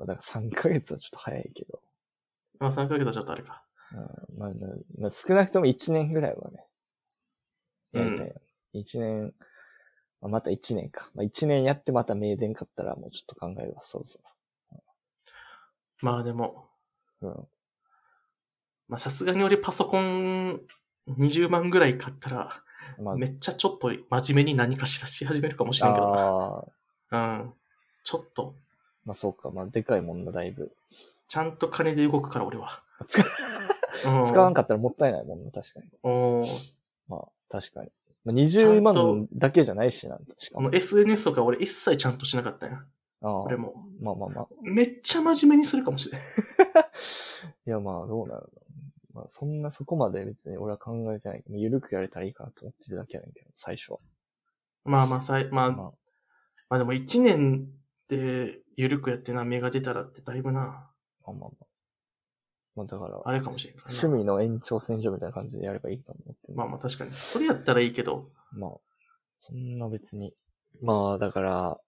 Speaker 2: あだから3ヶ月はちょっと早いけど。
Speaker 1: まあ3ヶ月はちょっとあれか。
Speaker 2: うんまあまあまあ、少なくとも1年ぐらいはね、やりたいよね。一、年、まあ、また1年か。まあ、1年やってまた名電買ったらもうちょっと考えるわ、そろそ
Speaker 1: まあでも、
Speaker 2: ろ。うん。
Speaker 1: まあさすがに俺パソコン20万ぐらい買ったら、
Speaker 2: まあ、
Speaker 1: めっちゃちょっと真面目に何かしらし始めるかもしれんけどな。
Speaker 2: ああ、
Speaker 1: うん。ちょっと、
Speaker 2: まあそうか。まあでかいもんな、だいぶ。
Speaker 1: ちゃんと金で動くから俺は。
Speaker 2: 使
Speaker 1: うん、
Speaker 2: 使わんかったらもったいないもんな、確かに。
Speaker 1: おー
Speaker 2: まあ、確かに。まあ、
Speaker 1: ゃ
Speaker 2: 20
Speaker 1: んと
Speaker 2: 万だけじゃないしな、確か
Speaker 1: この SNS とか俺一切ちゃんとしなかったんや。
Speaker 2: ああ
Speaker 1: 俺も。
Speaker 2: まあまあまあ。
Speaker 1: めっちゃ真面目にするかもしれん。
Speaker 2: いや、まあ、どうなるの。まあ、そんなそこまで別に俺は考えてない。ゆるくやれたらいいかなと思ってるだけやねんけど、最初は。
Speaker 1: まあまあさい、まあ、
Speaker 2: ま
Speaker 1: ま
Speaker 2: あ
Speaker 1: あでも一年で緩くやってな、芽が出たらってだいぶな、
Speaker 2: まあまあまあ。まあ、だから、
Speaker 1: あれかもしれんからな
Speaker 2: 趣味の延長線上みたいな感じでやればいいかと思ってる
Speaker 1: まあまあ確かに。それやったらいいけど、
Speaker 2: まあ、そんな別に。まあ、だから、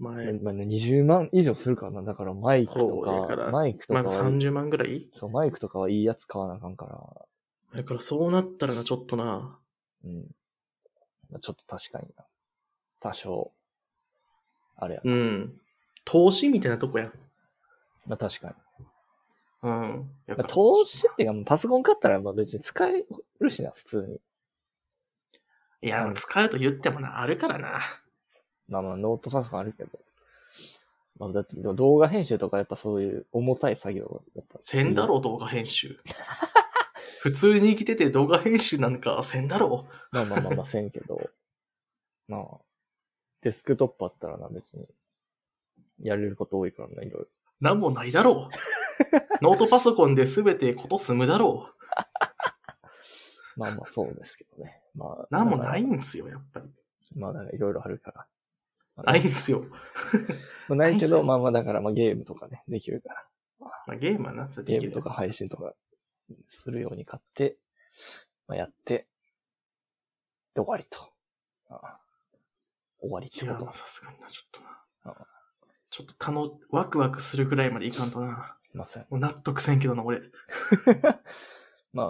Speaker 1: 前、
Speaker 2: まあ、20万以上するからな。だからマイクと
Speaker 1: そうやか、
Speaker 2: からマイクと
Speaker 1: ま
Speaker 2: か
Speaker 1: あ
Speaker 2: は、
Speaker 1: 30万ぐらい
Speaker 2: そう、マイクとかはいいやつ買わなあかんから、
Speaker 1: だからそうなったらな、ちょっとな、
Speaker 2: うん。まあ、ちょっと確かにな。多少、あれや。
Speaker 1: うん。投資みたいなとこや。
Speaker 2: まあ確かに。
Speaker 1: うん。やか
Speaker 2: ま
Speaker 1: ら
Speaker 2: あ、投資っていうか、パソコン買ったらまあ別に使えるしな、普通に。
Speaker 1: いや、使うと言ってもな、あるからな。
Speaker 2: まあまあノートパソコンあるけど。まあだってでも動画編集とかやっぱそういう重たい作業やっぱ。
Speaker 1: せんだろ、動画編集。 普通に生きてて動画編集なんかせんだろ。
Speaker 2: まあまあまあまあせんけど。 まあ、デスクトップあったらな、別に。やれること多いからな、いろいろ。
Speaker 1: なんもないだろ う。ノートパソコンで全てこと済むだろう。
Speaker 2: まあまあそうですけどね。まあ。
Speaker 1: なんもない
Speaker 2: だ
Speaker 1: んですよ、やっぱり。
Speaker 2: からまあなんかいろいろあるから。まあ
Speaker 1: ないんですよ。
Speaker 2: まあな
Speaker 1: な
Speaker 2: いけ
Speaker 1: いっすよ
Speaker 2: ど、まあまあだから、まあゲームとかね、できるから。
Speaker 1: まあ、ゲームはな、それで
Speaker 2: ゲー
Speaker 1: き
Speaker 2: ム
Speaker 1: る
Speaker 2: とか。配信とかするように買って、まあ、やって、で終わりと。ああ終わりっ
Speaker 1: い
Speaker 2: て
Speaker 1: や、
Speaker 2: こと
Speaker 1: まあ。さすがにな、ちょっとな
Speaker 2: あ。
Speaker 1: ちょっとたの、ワクワクするぐらいまでいかんとな。
Speaker 2: まあ、そう
Speaker 1: もう納得せんけどな、俺。
Speaker 2: やまあ、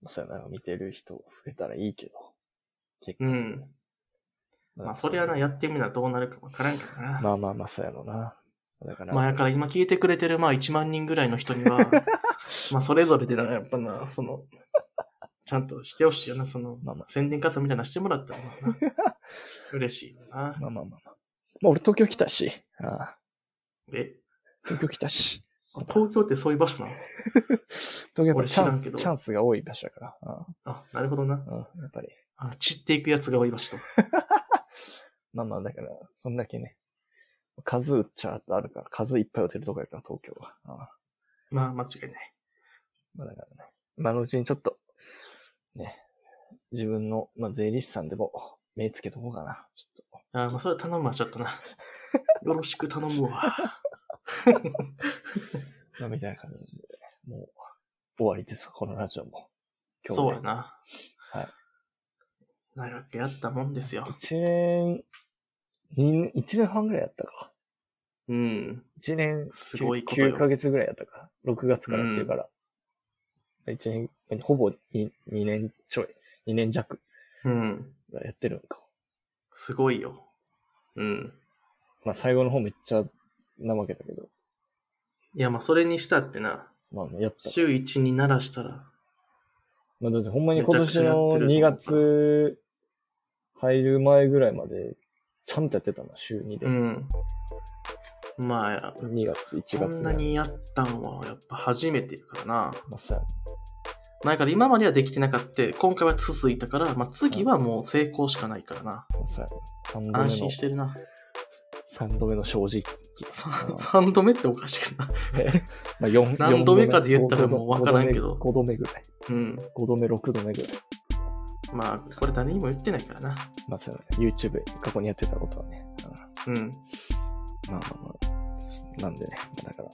Speaker 2: まあ、そうやな、見てる人増えたらいいけど。結
Speaker 1: う
Speaker 2: ね
Speaker 1: ん。まあ、そりゃな、。やってみなどうなるかわからんけどな。
Speaker 2: まあまあまあ、そうやろな。だから、
Speaker 1: まあ、やから今聞いてくれてる、まあ、1万人ぐらいの人に は、まあ、それぞれでな、やっぱな、その、ちゃんとしてほしいよな、その、
Speaker 2: まあまあ
Speaker 1: 宣伝活動みたいなのしてもらったら な、嬉しいな。
Speaker 2: まあまあまあまあ。まあ、俺東京来たし。ああ
Speaker 1: え、
Speaker 2: 東京来 たし。
Speaker 1: 東京ってそういう場所なの
Speaker 2: 東京やっぱ
Speaker 1: 俺知
Speaker 2: チャ
Speaker 1: ら
Speaker 2: ン
Speaker 1: んけ
Speaker 2: ス、
Speaker 1: ど
Speaker 2: チャンスが多い場所やから。あ
Speaker 1: あ、なるほどな。
Speaker 2: あうん、やっぱり。
Speaker 1: あ散っていくやつが多い場所と。
Speaker 2: まあまあ、だから、そんだけね、数打っちゃあるから、数いっぱい打てるとこやから、東京は。ああ
Speaker 1: まあ、間違いない。
Speaker 2: まあだからね、今のうちにちょっと、ね、自分の、まあ税理士さんでも目つけとこうかな。ちょっ
Speaker 1: あまあ、それは頼むわ、ちょっ とな。よろしく頼むわ。
Speaker 2: と、まあみたいな感じで、もう、終わりです、このラジオも。今日
Speaker 1: そうや
Speaker 2: ね
Speaker 1: な。
Speaker 2: はい。
Speaker 1: 長くやったもんですよ。
Speaker 2: 一年、二年、一年半ぐらいやったか。
Speaker 1: うん。
Speaker 2: 一年、
Speaker 1: すごいことよ
Speaker 2: 9ヶ月ぐらいやったか。6月からやっていうから。一、年、ほぼ2、二年ちょい。2年弱。
Speaker 1: うん。
Speaker 2: やってるんか。
Speaker 1: すごいよ。うん。
Speaker 2: まあ最後の方めっちゃ怠けたけど、
Speaker 1: いや、まあ、それにしたってな、
Speaker 2: まあやった。
Speaker 1: 週1にならしたら、
Speaker 2: まあだってほんまに今
Speaker 1: めちゃく
Speaker 2: 年
Speaker 1: ちゃや
Speaker 2: の
Speaker 1: ってると思
Speaker 2: 2
Speaker 1: うから
Speaker 2: 月入る前ぐらいまでちゃんとやってたな、週2で。
Speaker 1: うん。まあ、
Speaker 2: 2月、1月
Speaker 1: こんなにやったんは、やっぱ初めてやからな。
Speaker 2: まあさ、
Speaker 1: だから今まではできてなかった、今回は続いたから、まあ、次はもう成功しかないからな。
Speaker 2: まあさ、3度目
Speaker 1: 安心
Speaker 2: の
Speaker 1: し、てるな。
Speaker 2: 三度目の正 直。
Speaker 1: 3度目っておかしくない。
Speaker 2: まあ四
Speaker 1: 何度目かで言ったらもうわからんけど
Speaker 2: 5度目ぐらい。
Speaker 1: うん。
Speaker 2: 5度目、6度目ぐらい。
Speaker 1: まあ、これ誰にも言ってないからな。
Speaker 2: まあさ、YouTube 過去にやってたことはね。うん
Speaker 1: うん。
Speaker 2: まあまあまあ、なんでね、だから、ま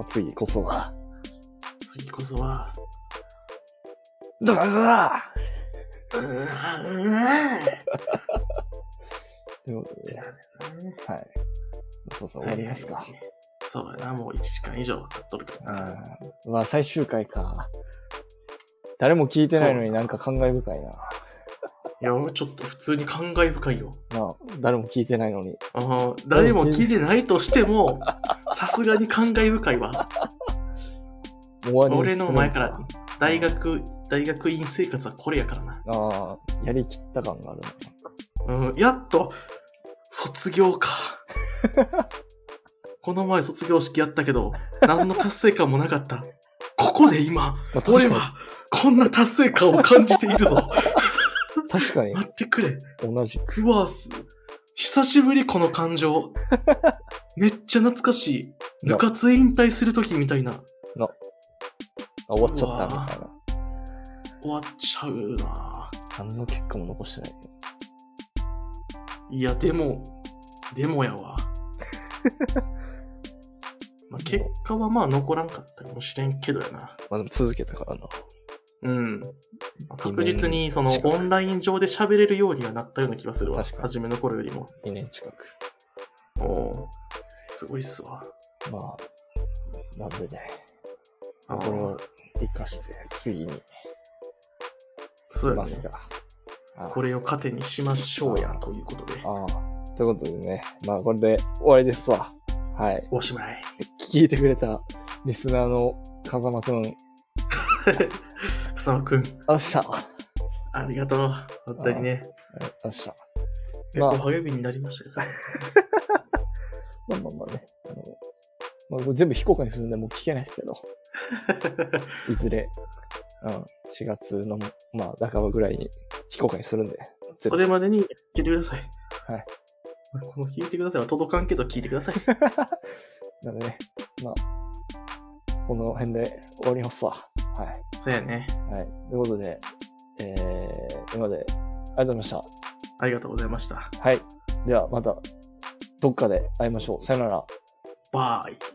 Speaker 2: あ、次こそは、
Speaker 1: 次こそは、
Speaker 2: だから
Speaker 1: うーんうーん
Speaker 2: ということで、はい。そうそう、終わりますか。
Speaker 1: はいそうやな、もう1時間以上経っとるけどな。
Speaker 2: うん。まあ、最終回か。誰も聞いてないのになんか感慨深いな。
Speaker 1: いや、俺ちょっと普通に感慨深いよ。
Speaker 2: まあ、誰も聞いてないのに。
Speaker 1: あー誰も聞いてないとしても、さすがに感慨深いわ。
Speaker 2: 終わりに
Speaker 1: 俺の前から
Speaker 2: するんだ
Speaker 1: 大学、大学院生活はこれやからな。
Speaker 2: ああ、やりきった感がある
Speaker 1: うん、やっと、卒業か。この前卒業式やったけど、何の達成感もなかった。ここで今、
Speaker 2: な。まあ、確
Speaker 1: 俺
Speaker 2: か
Speaker 1: は、こんな達成感を感じているぞ。
Speaker 2: に、確かに
Speaker 1: 待ってくれ。
Speaker 2: 同じく。
Speaker 1: うわ、す久しぶりこの感情。めっちゃ懐かしい。部活引退するときみたいな。
Speaker 2: あ、終わっちゃったみたいな。
Speaker 1: 終わっちゃうな
Speaker 2: 何の結果も残してない。
Speaker 1: いや、でも、でもやわ。まあ結果はまあ残らんかったかもしれんけどやな。
Speaker 2: まあでも続けたからな。
Speaker 1: うん。確実にそのオンライン上で喋れるようにはなったような気がするわ
Speaker 2: 確か。に
Speaker 1: 初めの頃よりも。
Speaker 2: 2年近く。
Speaker 1: おーすごいっすわ。
Speaker 2: まあ、なんでね。
Speaker 1: あ
Speaker 2: これ
Speaker 1: ー
Speaker 2: を生かして次に行
Speaker 1: そう
Speaker 2: き
Speaker 1: や
Speaker 2: ます
Speaker 1: ね。
Speaker 2: が。あ
Speaker 1: これを糧にしましょうや、ということで。
Speaker 2: ああ。ということでね。まあこれで終わりですわ。はい。
Speaker 1: おしまい。
Speaker 2: 聞いてくれたリスナーの風間くん、ありがと
Speaker 1: 笠間くん、
Speaker 2: うございました。
Speaker 1: ありがとう。本当にね。
Speaker 2: ありがとうございました。
Speaker 1: 結
Speaker 2: まあ
Speaker 1: 構励みになりました よ。
Speaker 2: まあまあまあね。あの、まあ、これ全部非公開にするんで、もう聞けないですけど、いずれ、うん、4月の、まあ、半ばぐらいに非公開にす るんで、絶対
Speaker 1: それまでに聞いてください。
Speaker 2: はい。
Speaker 1: この聞いてくださいは届かんけど聞いてください。
Speaker 2: なのでね、まあ、この辺で終わりますわ。はい。
Speaker 1: そうやね。
Speaker 2: はい。ということで、えー、今までありがとうございまし
Speaker 1: ありがとうございました。
Speaker 2: た。はい。では、また、どっかで会いましょう。さよなら。
Speaker 1: バイ。